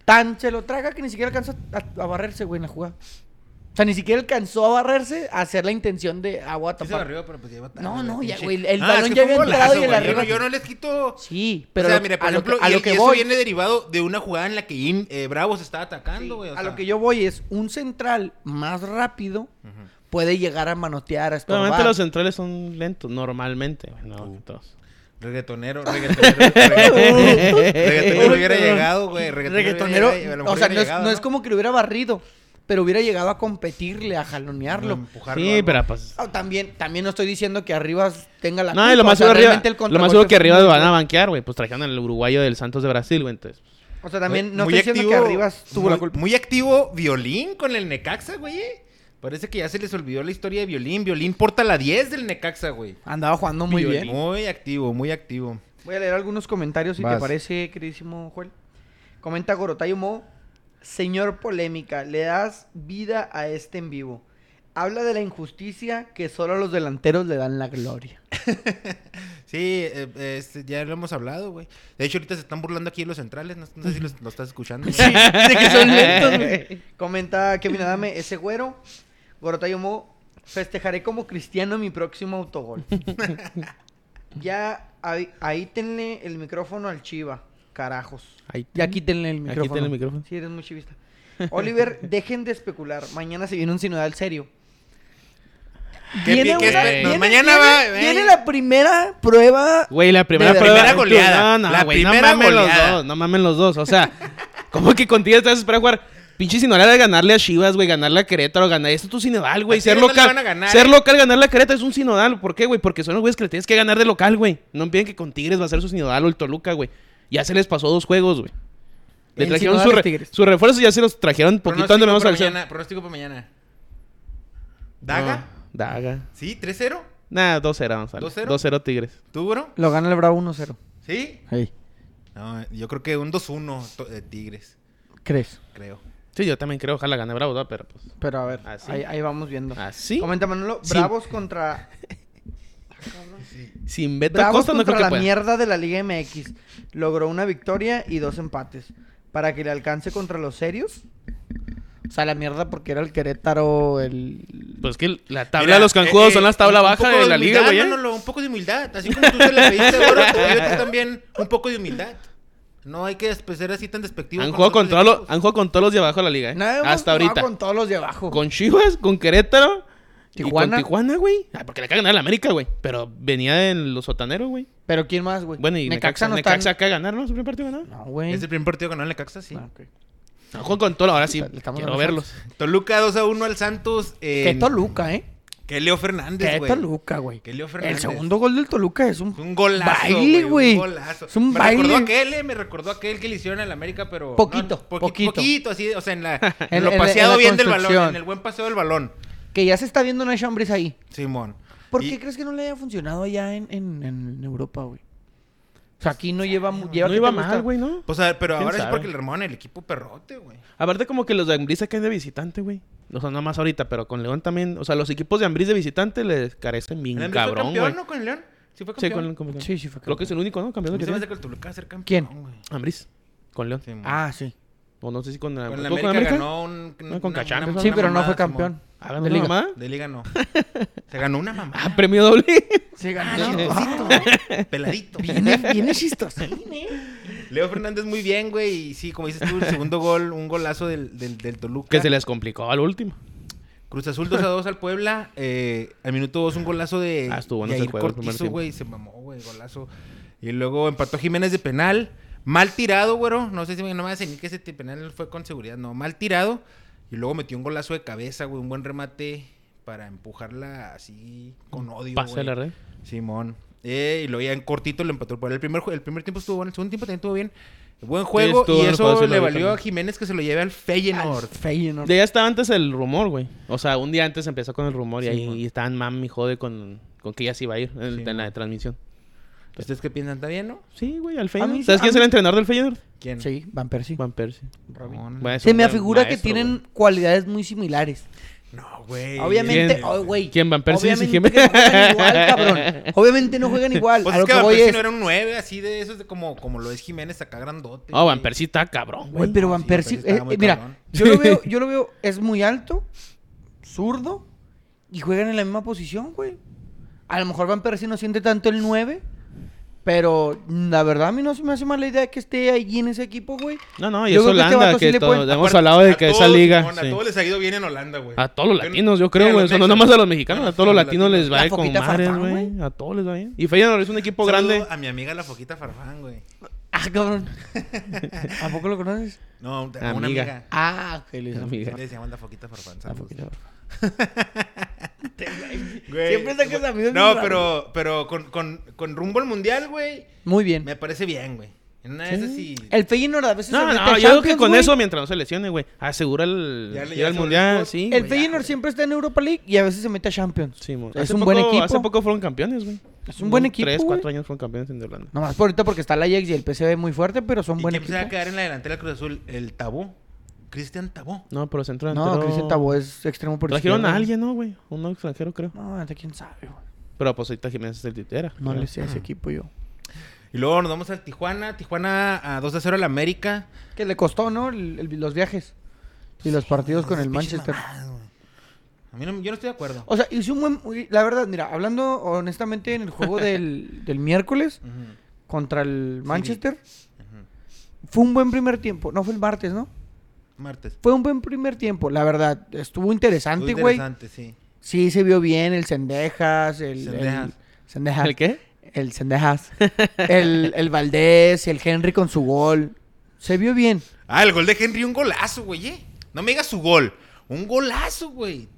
S2: Tan se lo traga que ni siquiera alcanza a, a barrerse, güey, en la jugada. O sea, ni siquiera alcanzó a barrerse a hacer la intención de agua
S3: Sí se
S2: tapar.
S3: barrió, pero pues ya iba tarde,
S2: No, no,
S3: pinche.
S2: ya, güey, el- el
S3: Ah,
S2: balón
S3: es que
S2: ya
S3: fue un
S2: había entrado
S3: golazo,
S2: y el
S3: güey, yo
S2: arriba-
S3: no- Yo no les quito.
S2: Sí, pero
S3: o sea,
S2: lo-
S3: mira, por
S2: a lo
S3: ejemplo,
S2: que- a
S3: y-
S2: lo
S3: y
S2: que
S3: eso
S2: voy.
S3: viene derivado de una jugada en la que In- eh, Bravo se estaba atacando, güey. o
S2: a
S3: sea.
S2: lo que yo voy es un central más rápido
S3: Ujú.
S2: puede llegar a manotear, a
S1: Normalmente
S2: estorbar.
S1: los centrales son lentos, normalmente. güey, no,
S3: Uh.
S1: todos.
S3: Reggaetonero, reggaetonero. reggaetonero Reggaetonero hubiera llegado, güey.
S2: Reggaetonero,
S3: hubiera llegado, a lo
S2: o sea,
S3: mejor
S2: no es,
S3: hubiera
S2: no
S3: llegado,
S2: es como que lo hubiera barrido, pero hubiera llegado a competirle, a jalonearlo.
S3: empujarlo,
S1: Sí,
S3: algo.
S1: pero pues.
S2: Ah, también, también no estoy diciendo que arriba tenga la
S1: No, y lo
S2: culpa,
S1: más
S2: o sea,
S1: seguro arriba.
S2: realmente el
S1: Lo más
S2: contragolpe
S1: seguro que
S2: fue
S1: arriba
S2: muy
S1: van a
S2: bueno.
S1: banquear, güey. Pues trajeron al uruguayo del Santos de Brasil, güey. Entonces.
S2: O sea, también
S3: Muy-
S2: no
S3: muy
S2: estoy diciendo que
S3: activo-
S2: arriba tuvo
S3: muy,
S2: la culpa.
S3: Muy activo Violín con el Necaxa, güey. Parece que ya se les olvidó la historia de Violín. Violín porta la 10 del Necaxa, güey.
S2: Andaba jugando muy bien.
S3: Muy activo, muy activo.
S2: Voy a leer algunos comentarios si te
S3: Vas.
S2: parece, queridísimo Joel. Comenta Gorotayo Mo. Señor Polémica, le das vida a este en vivo. Habla de la injusticia que solo los delanteros le dan la gloria.
S3: Sí, eh, eh, este, ya lo hemos hablado, güey. De hecho, ahorita se están burlando aquí de los centrales. No, no sé si los- lo estás escuchando. güey.
S2: de que son lentos, güey. Comenta Kevin Adame, ese güero. Gorotayo Mo, festejaré como cristiano mi próximo autogol. ya, ahí, ahí tenle el micrófono al Chiva, carajos.
S1: Ahí.
S2: Ya quítenle el micrófono.
S1: quítenle el micrófono.
S2: Sí, eres muy chivista. Oliver, dejen de especular. Mañana se viene un sinodal serio.
S3: ¿Qué pi- qué espe- no, mañana va, eh.
S2: viene la primera prueba.
S1: Güey, la primera,
S2: La
S1: prueba-
S3: primera goleada.
S1: No,
S3: La
S1: no, güey, no
S3: primera
S1: mamen los
S3: goleada.
S1: dos. No mamen los dos. O sea, ¿cómo que contigo estás esperando jugar? Pinche Sinodal de ganarle a Chivas, güey, ganarle a Querétaro, ganar. Esto es tu Sinodal, güey.
S3: A
S1: Ser
S3: Tigres no le
S1: local.
S3: van a ganar,
S1: ser
S3: eh.
S1: local, ganarle a Querétaro es un Sinodal. ¿Por qué, güey? Porque son los güeyes que le tienes que ganar de local, güey. No piden que con Tigres va a ser su Sinodal o el Toluca, güey. Ya se les pasó dos juegos, güey. Le
S2: El
S1: trajeron
S2: Sinodal
S1: su,
S2: es
S1: re-
S2: Tigres.
S1: su refuerzo y ya se los trajeron poquito antes
S3: Pronóstico
S1: de vamos
S3: para
S1: al
S3: mañana. Pronóstico para mañana. ¿Daga?
S2: Ah.
S1: Daga.
S3: ¿Sí? ¿3-0?
S1: Nah, 2-0, vamos a ver.
S3: 2-0.
S1: 2-0 Tigres.
S3: ¿Tú, bro?
S2: Lo gana el Bravo 1-0.
S3: ¿Sí? No, yo creo que un 2-1 to- de Tigres,
S2: ¿Crees?
S3: creo.
S1: Sí, yo también creo, ojalá gane Bravo, ¿verdad? pero pues.
S2: Pero a ver,
S1: Así.
S2: ahí, ahí vamos viendo.
S1: Así.
S2: Ah, Comenta Manolo,
S1: Ah, Sí.
S2: Bravos contra
S1: Sin Beto
S2: Bravos
S1: Acosta no
S2: contra
S1: creo que
S2: la
S1: pueda.
S2: mierda de la Liga MX. Logró una victoria y dos empates. Para que le alcance contra los serios. O sea, la mierda porque era el Querétaro, el...
S1: Pues que la tabla eh, de los canjudos
S3: eh,
S1: son las tabla baja de la liga, güey. ¿eh?
S3: un poco de humildad. Así como tú se la pediste, bro, te pido a ti también un poco de humildad. No hay que despe- ser así tan despectivo.
S1: Han jugado con todos los, han jugado con todos los de abajo de la liga, ¿eh?
S2: No, hemos
S1: Hasta
S2: jugado
S1: ahorita.
S2: con
S1: Con...
S2: todos los de abajo.
S1: Chivas, con Querétaro.
S2: Tijuana.
S1: Y con Tijuana, güey. Ah, porque le cagan a la América, güey. Pero venía en los sotaneros, güey.
S2: Pero ¿quién más, güey?
S1: Bueno, y Necaxa,
S2: no
S1: Necaxa
S2: está...
S1: acá ganar, ¿no? Su primer partido ganado.
S2: No, güey.
S3: Es el primer partido que ganó en la Caxa, sí.
S2: Ah, ok.
S1: Han jugado con todos, ahora sí.
S2: Le estamos
S1: Quiero
S2: dando
S1: verlos.
S3: Toluca 2 a 1 al Santos. en-
S2: Qué Toluca, ¿eh?
S3: Que Leo Fernández,
S2: Qué
S3: güey.
S2: Toluca, güey.
S3: Que Leo
S2: El
S3: Fernández.
S2: segundo gol del Toluca es un...
S3: Es Un golazo.
S2: Baile, güey.
S3: Un golazo.
S2: Es un
S3: me
S2: baile.
S3: recordó aquel, eh, me recordó aquel que le hicieron en la América, pero.
S2: Poquito,
S3: poqui-
S2: poquito.
S3: Poquito, así, o sea, en, la, en
S2: En-
S3: lo
S2: en-
S3: paseado
S2: en la
S3: bien del balón,
S2: construcción.
S3: en el buen paseo del balón.
S2: Que ya se está viendo una Chambres ahí.
S3: Simón.
S2: ¿Por
S3: Y-
S2: qué crees que no le haya funcionado allá en, en, en Europa, güey? O sea, aquí no lleva... mu- lleva
S1: No
S2: ¿qué te
S1: iba
S2: gusta?
S1: mal, güey, ¿no?
S3: Pues a ver, pero
S1: ¿Quién
S3: ahora es
S1: sabe?
S3: porque le armaron el equipo perrote, güey.
S1: Aparte como que los de Ambriz caen de visitante, güey. O sea, no más ahorita, pero con León también. O sea, los equipos de Ambriz de visitante les carecen bien
S3: ¿El América fue
S1: cabrón,
S3: campeón,
S1: güey.
S3: no? ¿Con el León? Sí, fue
S1: Sí,
S3: campeón.
S1: con el campeón.
S2: Sí, sí, fue
S1: Creo que es el único, ¿no?
S3: A
S1: Campeón
S3: mí
S1: que
S3: se me hace
S1: tiene.
S3: que el Toluca va a ser campeón.
S2: ¿Quién?
S3: güey.
S1: Ambriz. Con León.
S3: Simón.
S2: Ah, sí.
S1: O no sé si con, la-
S3: con
S1: ¿fue
S3: el
S1: con
S3: América, ganó un.
S1: No, con Cachán,
S3: una
S2: Sí, pero no
S3: mamada,
S2: fue
S3: Simón.
S2: campeón.
S1: Ah, ganó
S2: de
S1: una
S2: liga.
S1: mamada.
S3: De liga no. Se ganó una mamá.
S1: Ah, premio doble.
S2: Sí,
S3: Ah,
S2: ganó.
S3: chistosito, ¿eh? peladito.
S2: Viene chistosín,
S3: Leo Fernández muy bien, güey. Y sí, como dices tú, el segundo gol, un golazo del, del, del Toluca.
S1: que se les complicó al último.
S3: Cruz Azul 2 a 2 al Puebla. eh, al minuto 2 un golazo de
S1: Ah, estuvo bueno ese
S3: Yair
S1: juego el primer
S3: Cortizo,
S1: tiempo.
S3: güey. Se mamó, güey, golazo. Y luego empató Jiménez de penal. Mal tirado, güero. No sé si me- no me hace ni que ese te- penal fue con seguridad. No, mal tirado. Y luego metió un golazo de cabeza, güey. Un buen remate para empujarla así con odio,
S1: Pase de
S3: güey.
S1: la red.
S3: Simón. Eh, y luego ya en cortito lo empató. Por el primer, jue- el primer tiempo estuvo bueno. El segundo tiempo también estuvo bien. Buen juego.
S1: estuvo
S3: y
S1: bueno el juego,
S3: eso
S1: sí, lo
S3: le
S1: vi
S3: valió a
S1: también.
S3: Jiménez que se lo lleve al Feyenoord.
S2: Feyenoord.
S1: De allá estaba antes el rumor, güey. O sea, un día antes empezó con el rumor y
S3: Sí,
S1: ahí
S3: mon.
S1: y estaban mami jode con, con que ya se iba a ir en,
S3: Sí,
S1: en la
S3: mon.
S1: transmisión.
S3: ¿Ustedes qué piensan? ¿Está bien, no?
S1: Sí, güey, al Feyenoord.
S2: mí-
S1: ¿Sabes
S2: a
S1: quién es
S2: mí-
S1: el entrenador del Feyenoord?
S3: ¿Quién?
S2: Sí, Van Persie.
S1: Van Persie.
S3: Órale.
S1: Bueno, es
S2: Se
S1: un
S2: me
S1: gran
S2: afigura que
S1: maestro,
S2: tienen
S1: güey.
S2: cualidades muy similares.
S3: No, güey.
S2: Obviamente,
S1: ¿Quién?
S2: oh, güey.
S1: ¿Quién, Van Persie? Sí,
S2: Obviamente
S1: ¿quién?
S2: no juegan igual, cabrón. Obviamente no juegan igual.
S3: Pues
S2: a
S3: es
S2: lo
S3: que
S2: que
S3: Van
S2: voy
S3: Persie
S2: es.
S3: no era un 9 así de esos de como, como lo es Jiménez acá grandote.
S1: Oh, Van
S3: güey.
S1: Persie está cabrón,
S2: Güey,
S1: güey.
S2: pero Van
S3: sí, Van
S2: Persie.
S3: Persie estaba
S2: eh,
S3: muy
S2: eh, mira,
S3: cabrón.
S2: yo lo veo, yo lo veo, es muy alto. zurdo y juegan en la misma posición, güey. A lo mejor Van Persie no siente tanto el 9, pero la verdad a mí no se me hace mala idea que esté allí en ese equipo, güey.
S1: No, no, y
S2: Yo
S1: es
S2: creo que este
S1: Holanda,
S2: vato sí
S1: que,
S2: le
S1: todo-
S2: puede-
S1: hemos
S3: Aparte,
S1: hablado
S3: a
S1: de que esa
S3: todos,
S1: liga.
S3: Simón,
S1: sí.
S3: A todos les ha ido bien en Holanda, güey.
S1: A todos los
S3: Yo no-
S1: latinos, yo
S3: Sí,
S1: creo,
S3: a
S1: güey. O
S3: los
S1: sea, no
S3: nexos.
S1: nomás a los mexicanos, a todos los
S3: a los
S1: latinos les va
S2: La
S1: de con
S2: Foquita
S1: madres,
S2: Farfán,
S1: güey.
S2: güey.
S1: A todos les va bien. Y Feyenoord es un equipo
S3: Saludo
S1: grande.
S3: A mi amiga la Foquita Farfán, güey.
S2: Ah, cabrón. ¿A poco lo conoces?
S3: No, a una amiga.
S1: Amiga.
S2: Ah, que le
S1: Amiga.
S3: Le decíamos la Foquita Farfán.
S1: La
S3: saludos.
S1: Foquita Farfán.
S3: Güey,
S2: Siempre sacas amigos
S3: No,
S2: bien
S3: pero, pero con, con, con rumbo al mundial, güey,
S2: Muy bien.
S3: me parece bien, güey. En una de esas sí.
S2: El Feyenoord a veces se
S1: No,
S2: mete a
S1: no, yo creo que
S2: Champions,
S1: con
S2: güey.
S1: eso, mientras no se lesione, güey, asegura el
S3: Ya le-
S1: ir
S3: ya
S1: al
S3: se
S1: mundial,
S3: volvió-
S1: sí.
S2: El
S1: güey.
S2: Feyenoord siempre está en Europa League y a veces se mete a Champions.
S1: Sí, mo-
S2: es
S1: hace
S2: un buen
S1: poco-
S2: equipo.
S1: Hace poco fueron campeones, güey.
S2: Es un buen
S1: Fueron
S2: equipo,
S1: Tres,
S2: güey.
S1: cuatro años fueron campeones en Holanda.
S2: Nomás por ahorita porque está el Ajax y el PSV muy fuerte, pero son
S3: ¿Y
S2: buen
S3: quién se va a
S2: equipo.
S3: quedar en la delantera del Cruz Azul? El Tabú. Cristian Tabú.
S1: No, pero centro delantero.
S2: No, Cristian Tabó es extremo por
S1: Trajeron
S2: izquierda,
S1: a
S2: güey.
S1: alguien, ¿no, güey? Un extranjero, creo.
S2: No, hasta quién sabe, güey.
S1: Pero pues ahorita Jiménez es el titera.
S2: No
S1: creo.
S2: le sé a ese equipo yo.
S3: Y luego nos vamos al Tijuana. Tijuana a 2 a 0 al América.
S2: Que le costó, ¿no? El- el- los viajes y los partidos con el
S3: Pinches
S2: Manchester.
S3: mamadas, güey. a mí no, yo no estoy de acuerdo.
S2: O sea, hizo un buen... uy, La verdad, mira, hablando honestamente en el juego del, del miércoles
S3: Ujú.
S2: contra el Manchester,
S3: Ujú.
S2: fue un buen primer tiempo. No fue el martes, ¿no?
S3: Martes.
S2: Fue un buen primer tiempo, la verdad. Estuvo
S3: Muy
S2: interesante, güey.
S3: interesante, sí.
S2: Sí, se vio bien el Sendejas, el...
S3: Sendejas.
S2: El, Sendejas.
S1: Ah. ¿El qué?
S2: El Sendejas. el, el Valdés, el Henry con su gol. Se vio bien.
S3: Ah, el gol de Henry, un golazo, güey. eh. No me digas su gol. Un golazo, güey.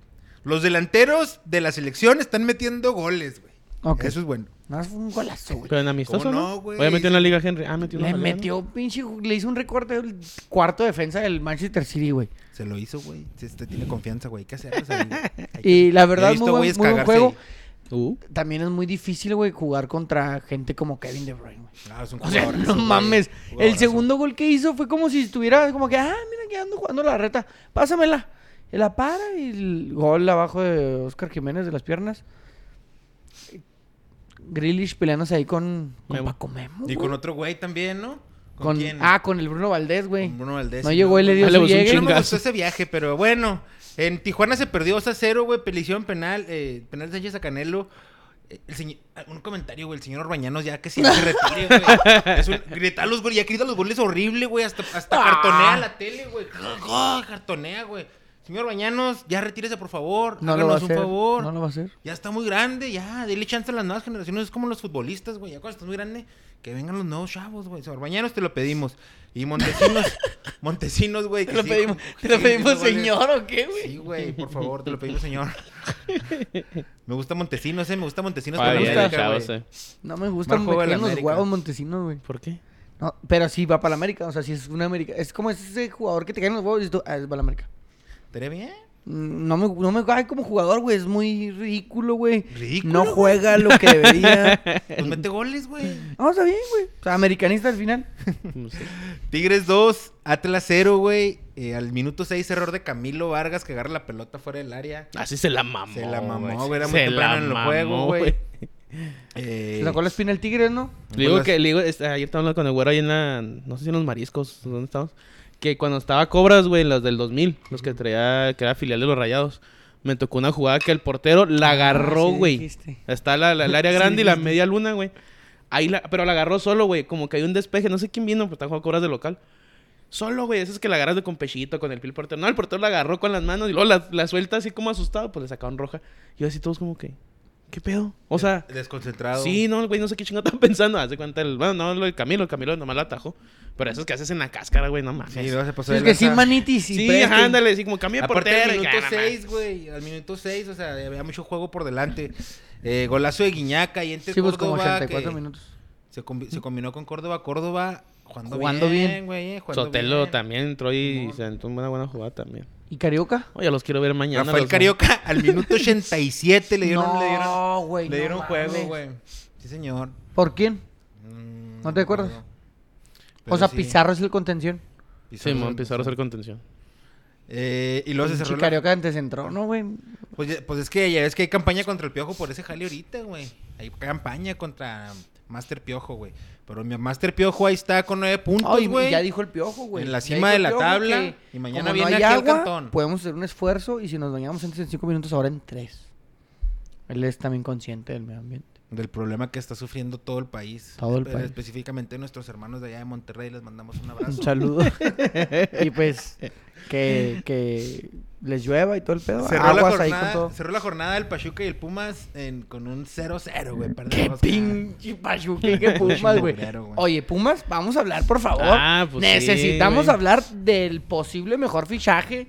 S3: Los delanteros de la selección están metiendo goles, güey.
S2: Ok.
S3: Eso es bueno.
S2: No, fue un golazo, güey.
S1: Pero en amistoso,
S3: ¿Cómo no,
S1: ¿no?
S3: güey?
S1: Oye, metió en la Liga Henry. Ah, metió una
S2: Le
S1: goleada, ¿no?
S2: metió pinche... Le hizo un recorte al cuarto defensa del Manchester City, güey.
S3: Se lo hizo, güey. Si este tiene confianza, güey. ¿Qué hacerles ahí, güey? Hay que-
S2: Y la verdad,
S3: He
S2: muy
S3: visto
S2: buen,
S3: güeyes
S2: muy buen
S3: cagarse
S2: juego.
S3: ahí.
S1: Uh.
S2: También es muy difícil, güey, jugar contra gente como Kevin De Bruyne, güey.
S3: Ah, es un
S2: O sea,
S3: jugadorazo,
S2: no
S3: güey.
S2: mames. El
S3: Jugadorazo.
S2: segundo gol que hizo fue como si estuviera como que, ah, mira que ando jugando la reta. Pásamela. Y La para y el gol abajo de Oscar Jiménez de las piernas. Grealish peleándose ahí con, con
S1: Memo.
S2: Paco Memo.
S3: Y
S2: güey.
S3: con otro güey también, ¿no? ¿Con,
S2: Con-
S3: quién?
S2: Ah, con el Bruno Valdés, güey.
S3: Con Bruno Valdés.
S2: No llegó y le dio
S1: Ah, le
S2: su
S1: puso un
S2: llegue.
S3: Yo no me
S1: Chingazo.
S3: gustó ese viaje, pero bueno. En Tijuana se perdió 2 a 0, güey. Pelición penal. Eh, penal de Sánchez a Canelo. Eh, El señor, un comentario, güey. El señor Orbañanos ya que sí se retire, güey. Es un- gritar los goles. Ya grita los goles horrible, güey. Hasta, hasta
S2: Ah.
S3: cartonea la tele, güey. Cartonea, güey. Señor Bañanos, ya retírese, por favor.
S2: No lo va a
S3: Háganos un
S2: hacer.
S3: favor.
S2: No lo va a hacer.
S3: Ya está muy grande, ya. Dele chance a las nuevas generaciones. Es como los futbolistas, güey. Ya cuando estás muy grande, que vengan los nuevos chavos, güey. Sorbañanos te lo pedimos. Y Montesinos, Montesinos, güey. que sí, como- sí, sí, güey.
S2: ¿o qué,
S3: Sí, güey, por favor, te lo pedimos, señor. me gusta Montesinos, eh. Me gusta Montesinos
S1: Ah,
S3: con la
S1: bien,
S3: América,
S1: chavos,
S3: güey.
S1: eh.
S2: No me gustan
S3: Mal juego de la
S2: los
S3: América.
S2: huevos Montesinos, güey.
S1: ¿Por qué?
S2: No, pero sí va para la América. O sea, sí es una América. Es como ese jugador que te cae en los huevos y dices tú, ah, es para la América.
S3: ¿Estaría bien?
S2: Mm, No me, no me cae como jugador, güey. Es muy ridículo, güey.
S3: Ridículo,
S2: No
S3: güey.
S2: juega lo que debería.
S3: Pues mete goles, güey.
S2: No, está bien, güey. O sea, americanista al final.
S1: No sé.
S3: Tigres 2, Atlas 0, güey. Eh, al minuto 6, error de Camilo Vargas que agarra la pelota fuera del área.
S1: Así se la mamó.
S3: Se la mamó,
S1: güey.
S3: güey, era muy
S1: Se
S3: temprano
S1: la
S3: en el
S1: mamó,
S3: juego, güey. Eh,
S2: Se sacó la espina el Tigres, ¿no?
S1: Le digo
S3: Pues,
S1: que, le digo, este, ayer estaba hablando con el güero ahí en la, no sé si en los mariscos, ¿dónde estamos? Que cuando estaba Cobras, güey, las del 2000, los que traía, que era filial de los Rayados, me tocó una jugada que el portero la agarró,
S2: Ah, sí
S1: güey.
S2: dijiste.
S1: Está la, la- el área
S2: Sí
S1: grande y la
S2: dijiste.
S1: media luna, güey. Ahí la, pero la agarró solo, güey, como que hay un despeje, no sé quién vino, pero está jugando Cobras de local. Solo, güey, esas que la agarras de con pechito, con el pie del portero. No, el portero la agarró con las manos y luego la, la suelta así como asustado, pues le sacaron roja. Y yo así todos como que, ¿qué pedo? O sea...
S3: Desconcentrado.
S1: Sí, no, el güey, no sé qué chingo están pensando. Hace cuenta el. Bueno, no, lo del Camilo, el Camilo nomás la atajó. Pero esos que haces en la cáscara, güey, no mames.
S3: Sí,
S1: Sí,
S3: no se pasó
S2: Sí,
S3: de
S2: es que
S3: lanza.
S2: sí, maniti, sí.
S1: sí
S2: preste.
S1: ajá, ándale, sí, como cambia de
S3: Aparte
S1: portero.
S3: al
S1: y
S3: minuto
S1: ya, no
S3: 6, güey. Al minuto 6, o sea, había mucho juego por delante. Eh, golazo de Guiñaca y entre
S2: Sí, pues como
S3: Córdoba.
S2: 84
S3: que
S2: minutos.
S3: Se, combi- se combinó con Córdoba. Córdoba jugando,
S2: Jugando bien.
S3: bien, güey. eh, jugando
S1: Sotelo
S3: bien.
S1: también entró y
S3: Simón.
S1: se aventó una buena jugada también.
S2: ¿Y Carioca?
S1: Oye, los quiero ver mañana.
S3: Rafael
S1: los-
S3: Carioca al minuto 87 le dieron, le dieron,
S2: No, güey.
S3: le
S2: no
S3: dieron juego,
S2: mames.
S3: güey. Sí, señor.
S2: ¿Por quién?
S3: Mm,
S2: ¿No te acuerdas?
S3: acuerdo.
S2: O
S3: Pero
S2: sea,
S3: sí,
S2: Pizarro es el contención.
S1: Sí,
S3: Pizarro
S1: mo,
S3: se-
S1: empezaron a hacer contención.
S3: Eh, y luego se
S2: Pinche
S3: cerró la,
S2: Carioca antes entró, ¿no, güey?
S3: Pues, ya- pues es que ya ves que hay campaña contra el piojo por ese jale ahorita, güey. Hay campaña contra Master Piojo, güey. Pero mi Master Piojo ahí está con nueve puntos,
S2: Ay,
S3: güey.
S2: ya dijo el piojo, güey.
S3: En la
S2: Ya
S3: cima
S2: dijo
S3: de
S2: el
S3: la
S2: Piojo
S3: tabla,
S2: que
S3: y mañana
S2: como
S3: viene
S2: hay
S3: aquí al cantón.
S2: Podemos hacer un esfuerzo y si nos bañamos antes en cinco minutos, ahora en tres. Él es también consciente del medio ambiente.
S3: Del problema que está sufriendo todo el país.
S2: Todo el
S3: Espe-
S2: país.
S3: Específicamente nuestros hermanos de allá de Monterrey. Les mandamos un
S2: Un
S3: abrazo.
S2: saludo. y pues, que, que les llueva y todo el pedo.
S3: Cerró la,
S2: Aguas ahí con
S3: jornada,
S2: todo.
S3: cerró la jornada del Pachuca y el Pumas en- con un 0-0, güey.
S2: Qué
S3: Perdemos, cabrón.
S2: pinche Pachuca y qué Pumas, güey.
S3: Mugrero, güey.
S2: Oye, Pumas, vamos a hablar, por favor.
S1: Ah, pues sí,
S2: Necesitamos
S1: güey.
S2: hablar del posible mejor fichaje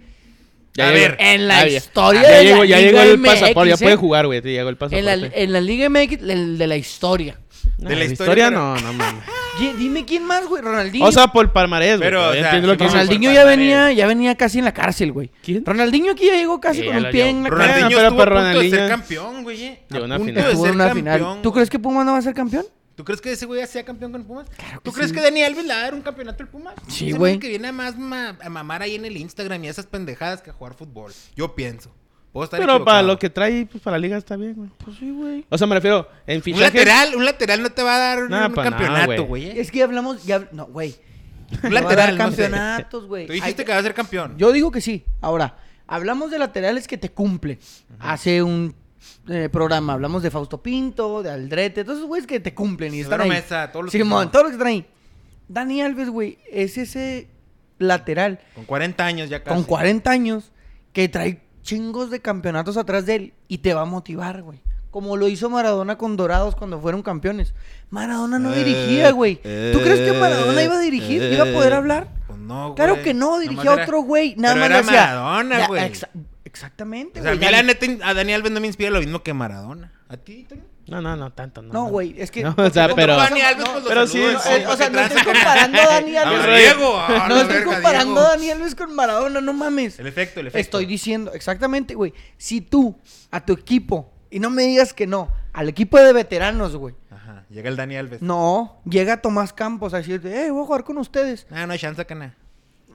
S1: Ya
S3: A
S1: llegó.
S3: ver,
S2: en la
S1: Ah, ya.
S2: historia
S1: ya
S2: de
S1: llegó,
S2: la
S1: ya
S2: Liga
S1: llegó el
S2: MX,
S1: pasaporte, ya
S2: ¿eh?
S1: puede jugar, güey. te Llegó el pasaporte. Ah,
S2: En la, en la Liga MX, el de la historia.
S1: No,
S3: de la
S1: la
S3: historia,
S1: historia, no, no mames.
S2: Ye- Dime quién más, güey. Ronaldinho.
S1: O sea, por palmarés, güey.
S3: Pero,
S1: Pero,
S3: o sea,
S1: entiendo lo que
S3: si
S1: dices.
S2: Ronaldinho
S3: por
S2: ya
S3: Palmarés.
S2: venía, ya venía casi en la cárcel, güey.
S1: ¿Quién?
S2: Ronaldinho aquí ya llegó casi
S1: Sí,
S2: con
S1: ya
S2: un
S1: lo
S2: pie
S1: llevó.
S2: en la cárcel.
S1: Bueno,
S3: Ronaldinho
S1: pero
S3: estuvo
S1: para
S3: a punto de ser
S1: Ronaldinho-
S3: campeón, güey. eh.
S1: Llegó
S3: A
S1: una
S3: punto
S1: final.
S3: de
S2: Estuvo
S3: ser
S2: en una
S3: campeón,
S2: final. ¿Tú
S3: güey.
S2: crees que Pumas no va a ser campeón?
S3: ¿Tú crees que ese güey sea campeón con Pumas?
S2: que
S3: ¿Tú crees
S2: sí.
S3: que Dani Alves le va a dar un campeonato al Pumas?
S2: Sí,
S3: Ese
S2: güey.
S3: niño que viene a más ma- a mamar ahí en el Instagram y esas pendejadas que a jugar fútbol. Yo pienso. Puedo estar
S1: Pero para
S3: equivocado.
S1: lo que trae, pues para la liga está bien, güey.
S2: Pues sí, güey.
S1: O sea, me refiero, en
S3: Un
S1: fichaje.
S3: lateral, un lateral no te va a dar
S1: Nah,
S3: un
S1: pa' nada,
S3: campeonato,
S1: güey.
S3: güey. eh.
S2: Es que ya hablamos, ya... No, güey.
S3: Un
S2: Le va a dar
S3: lateral, no sé.
S2: campeonatos, güey.
S3: Tú dijiste
S2: Hay-
S3: que va a ser campeón.
S2: Yo digo que sí. Ahora, hablamos de laterales que te cumplen. Hace un eh, programa hablamos de Fausto Pinto, de Aldrete, todos esos güeyes que te cumplen y están
S3: Pedro
S2: ahí.
S3: Mesa, todos los que
S2: Simón,
S3: no.
S2: todos los que están ahí. Dani Alves, güey, es ese lateral
S3: Con 40 años ya casi.
S2: con 40 años que trae chingos de campeonatos atrás de él y te va a motivar, güey. Como lo hizo Maradona con Dorados cuando fueron campeones. Maradona no
S3: Eh,
S2: dirigía, güey. ¿Tú crees que Maradona
S3: eh,
S2: iba a dirigir?
S3: eh.
S2: ¿Iba a poder hablar?
S3: Pues no, güey.
S2: Claro que no, dirigía
S3: Nomás
S2: a otro
S3: era-
S2: güey. Nada
S3: Pero
S2: más
S3: era
S2: le hacía-
S3: Maradona,
S2: Ya,
S3: güey.
S2: exa- exactamente,
S3: O sea, a
S2: güey.
S3: mí la
S2: Dani-
S3: neta, a Dani Alves no me inspira lo mismo que Maradona. ¿A ti, Toño?
S1: No, no, no, tanto, no.
S2: No, güey, es que.
S1: No, o sea,
S2: porque-
S1: Ah, pero-
S2: no,
S3: Dani Alves,
S2: no,
S3: pues, lo
S1: pero sí,
S3: saludas,
S1: sí,
S2: eh, o sea, no
S3: ¿qué
S2: estoy
S3: tranza?
S2: comparando a Dani
S3: A
S2: Alves.
S3: ver, Diego. a
S2: No
S3: oh, la
S2: estoy
S3: verga,
S2: comparando a
S3: Diego.
S2: Dani Alves con Maradona, no mames.
S3: El efecto, el efecto.
S2: Estoy diciendo, exactamente, güey. Si tú, a tu equipo, y no me digas que no, al equipo de veteranos, güey.
S3: Ajá, llega el Dani Alves.
S2: No, llega Tomás Campos a decirte, eh, voy a jugar con ustedes.
S3: Ah, no hay chance que nada.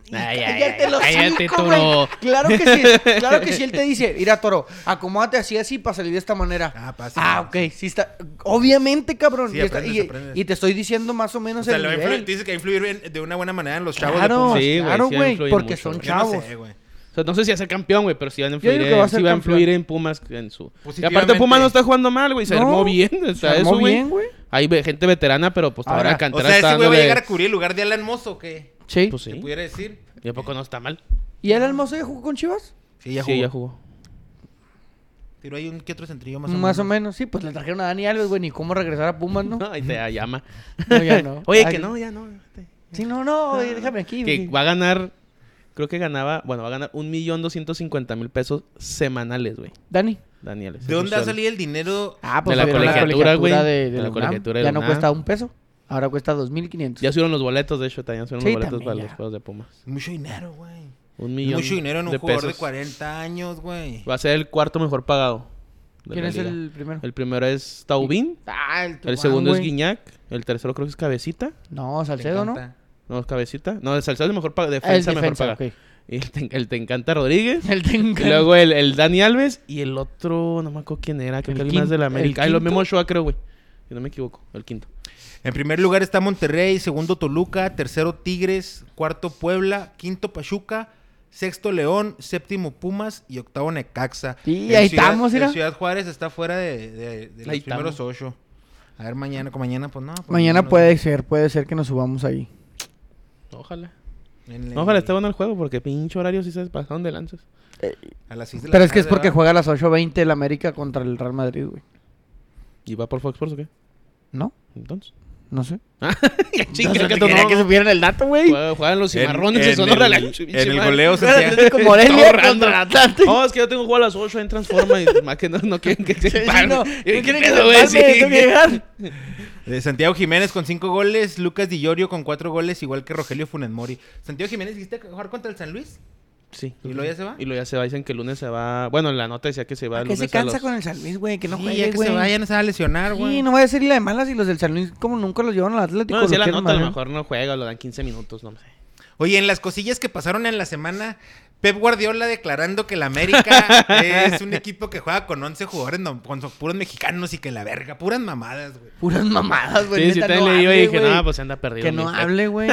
S2: Y
S1: Ay, ay,
S2: cállate
S1: ay,
S2: los
S1: cállate,
S2: cinco,
S1: Toro.
S2: güey. Claro que sí, claro que sí, él te dice, mira, Toro, acomódate así, así para salir de esta manera.
S3: Ah, pasa.
S2: Ah, ok, sí está. Obviamente, cabrón.
S3: Sí,
S2: y, está-
S3: aprendes,
S2: y-
S3: aprendes.
S2: y te estoy diciendo más o menos
S3: O sea,
S2: el
S3: le va a influir-
S2: nivel.
S3: dice que va a influir en- de una buena manera en los chavos de
S2: Claro,
S3: Pumas.
S1: Sí, güey,
S2: claro,
S1: sí va a
S2: güey,
S1: influir
S2: porque
S1: mucho,
S2: son
S1: güey.
S3: Yo no sé,
S2: chavos.
S3: güey.
S1: O sea, no sé si va a ser campeón, güey, pero sí va a influir,
S2: digo que va a
S1: en- sí
S2: ser
S1: va a
S2: campeón.
S1: influir en Pumas en su. Y aparte
S3: Positivamente.
S1: Pumas no está jugando mal, güey, se
S2: No,
S1: armó bien, o sea,
S2: se armó
S1: eso, güey.
S2: bien, güey.
S1: Hay ve- gente veterana, pero pues
S2: Ahora,
S1: ahora la
S3: O
S1: cantera
S3: sea,
S1: está
S3: ese güey va a
S1: dándole-
S3: llegar a cubrir el lugar de Alan Mozo, ¿qué?
S2: Sí.
S1: Pues
S3: ¿Te
S1: sí.
S3: pudiera decir?
S1: Y a poco no está mal.
S2: ¿Y el almozo ya jugó con Chivas?
S3: Sí, ya jugó.
S1: Sí, ya jugó.
S3: Tiró ahí un que otro centrillo más,
S2: Más, o, menos. Sí, pues le trajeron a Dani Alves, güey, ni cómo regresar a Pumas, ¿no?
S1: No, ahí te llama.
S2: No, ya no.
S1: Oye,
S2: Ay,
S1: que no, ya no. este.
S2: Sí, no, no,
S3: Ah.
S2: oye, déjame aquí.
S1: Que
S2: güey.
S1: va a ganar, creo que ganaba, bueno, va a ganar un millón doscientos cincuenta mil pesos semanales, güey.
S2: Dani.
S1: Daniel. ese
S3: ¿De
S1: es
S3: dónde
S1: su
S3: ha
S1: sueldo.
S3: salido el dinero?
S2: Ah,
S1: De la
S2: obviamente
S1: colegiatura, güey.
S2: de- de
S1: De
S2: la
S1: la
S2: UNAM.
S1: colegiatura de
S2: Ya
S1: la
S2: no
S1: UNAM.
S2: cuesta un peso. Ahora cuesta 2.500.
S1: Ya subieron los boletos, de hecho, también subieron
S2: Sí,
S1: los boletos
S2: también
S1: para
S2: ya.
S1: los juegos de Pumas.
S3: Mucho dinero, güey.
S1: Un millón
S3: Mucho dinero en un
S1: de
S3: jugador de
S1: pesos.
S3: 40 años, güey.
S1: Va a ser el cuarto mejor pagado. de
S2: ¿Quién
S1: la
S2: es
S1: liga.
S2: el primero?
S1: El primero es Taubín.
S2: Ah, el,
S1: El
S2: Tucán,
S1: segundo es
S2: güey.
S1: Guiñac. El tercero creo que es Cabecita.
S2: No,
S3: Te
S2: Salcedo, ¿no?
S3: encanta.
S1: No, es Cabecita. No, el Salcedo es mejor pagado.
S2: Ah, El
S1: Defensa, mejor
S2: defensa,
S1: pagado.
S2: ok.
S1: Y el te, el Te encanta Rodríguez.
S2: El Tenkan.
S1: Y luego el, el Dani Alves y el otro, no me acuerdo quién era, creo
S2: ¿El
S1: que alguien más de la
S2: quinto?
S1: América.
S2: ¿El
S1: Ay, lo
S2: quinto?
S1: mismo Shoa, creo, güey. Si no me equivoco, el quinto.
S3: En primer lugar está Monterrey, segundo Toluca, tercero Tigres, cuarto Puebla, quinto Pachuca, sexto León, séptimo Pumas y octavo Necaxa.
S2: Sí,
S3: El
S2: ahí
S3: Ciudad-
S2: estamos, mira.
S3: el Ciudad Juárez está fuera de, de- de los
S1: Ahí
S3: primeros ocho. A ver, mañana, con mañana, pues no. pues,
S2: Mañana
S3: no,
S2: puede ser, puede ser que nos subamos ahí.
S1: Ojalá.
S3: en-
S1: No, ojalá esté bueno el juego porque pinche horario sí se pasaron de lanzas.
S3: A las seis de la
S2: Pero es que es
S3: tarde,
S2: porque
S3: ¿verdad?
S2: juega a las 8.20 el América contra el Real Madrid, güey.
S1: ¿Y va por Fox Sports o qué?
S2: ¿No,
S1: Entonces.
S2: no sé.
S1: Sí,
S2: No
S1: creo que
S2: sé, te
S1: tú
S2: quería
S1: no,
S2: que
S1: no.
S2: supieran el dato, güey.
S1: Jue- Juegan los
S3: En-
S1: cimarrones de
S3: en
S1: Sonora
S3: el-
S1: la
S3: en el goleo se
S2: Juega el
S1: Pues,
S2: Atlético Morelia
S1: Torrando.
S2: contra el Atlante.
S1: No, es que yo tengo juego a las 8 en Transforma y más que no, no quieren que se
S2: Sí,
S1: paren.
S2: no, no
S1: Yo, ¿qué
S2: quieren que
S1: pedo,
S2: se
S1: güey?
S2: empalme,
S1: Sí.
S2: tengo que llegar.
S3: Eh, Santiago Jiménez con cinco goles, Lucas Di Llorio con cuatro goles, igual que Rogelio Funes Mori. Santiago Jiménez, ¿viste jugar contra el San Luis?
S1: Sí.
S3: ¿Y luego ya se va?
S1: Y luego ya se va. Dicen que el lunes se va. Bueno, en la nota decía que se va el
S2: Que
S1: lunes.
S2: se
S1: a
S2: cansa
S1: los-
S2: con el San Luis, güey, que no
S3: Sí,
S2: juegue,
S3: ya que se
S2: güey.
S3: vaya, no se va a lesionar, güey.
S2: Sí, no vaya a ser la de malas y los del San Luis como nunca los llevaron al Atlético.
S1: No, decía
S2: los
S1: la
S2: quieren
S1: nota, a lo
S2: mal.
S1: mejor no juega, lo dan 15 minutos, no sé.
S3: Oye, en las cosillas que pasaron en la semana, Pep Guardiola declarando que la América es un equipo que juega con 11 jugadores, no, con so- puros mexicanos y que la verga, puras mamadas, güey.
S2: Puras mamadas, güey.
S1: Sí, sí,
S2: Pues neta,
S1: también
S2: no
S1: leí yo
S2: hable,
S1: y dije,
S2: güey.
S1: no, pues anda perdido.
S2: Que
S1: mi
S2: no
S1: Pep".
S2: hable, güey.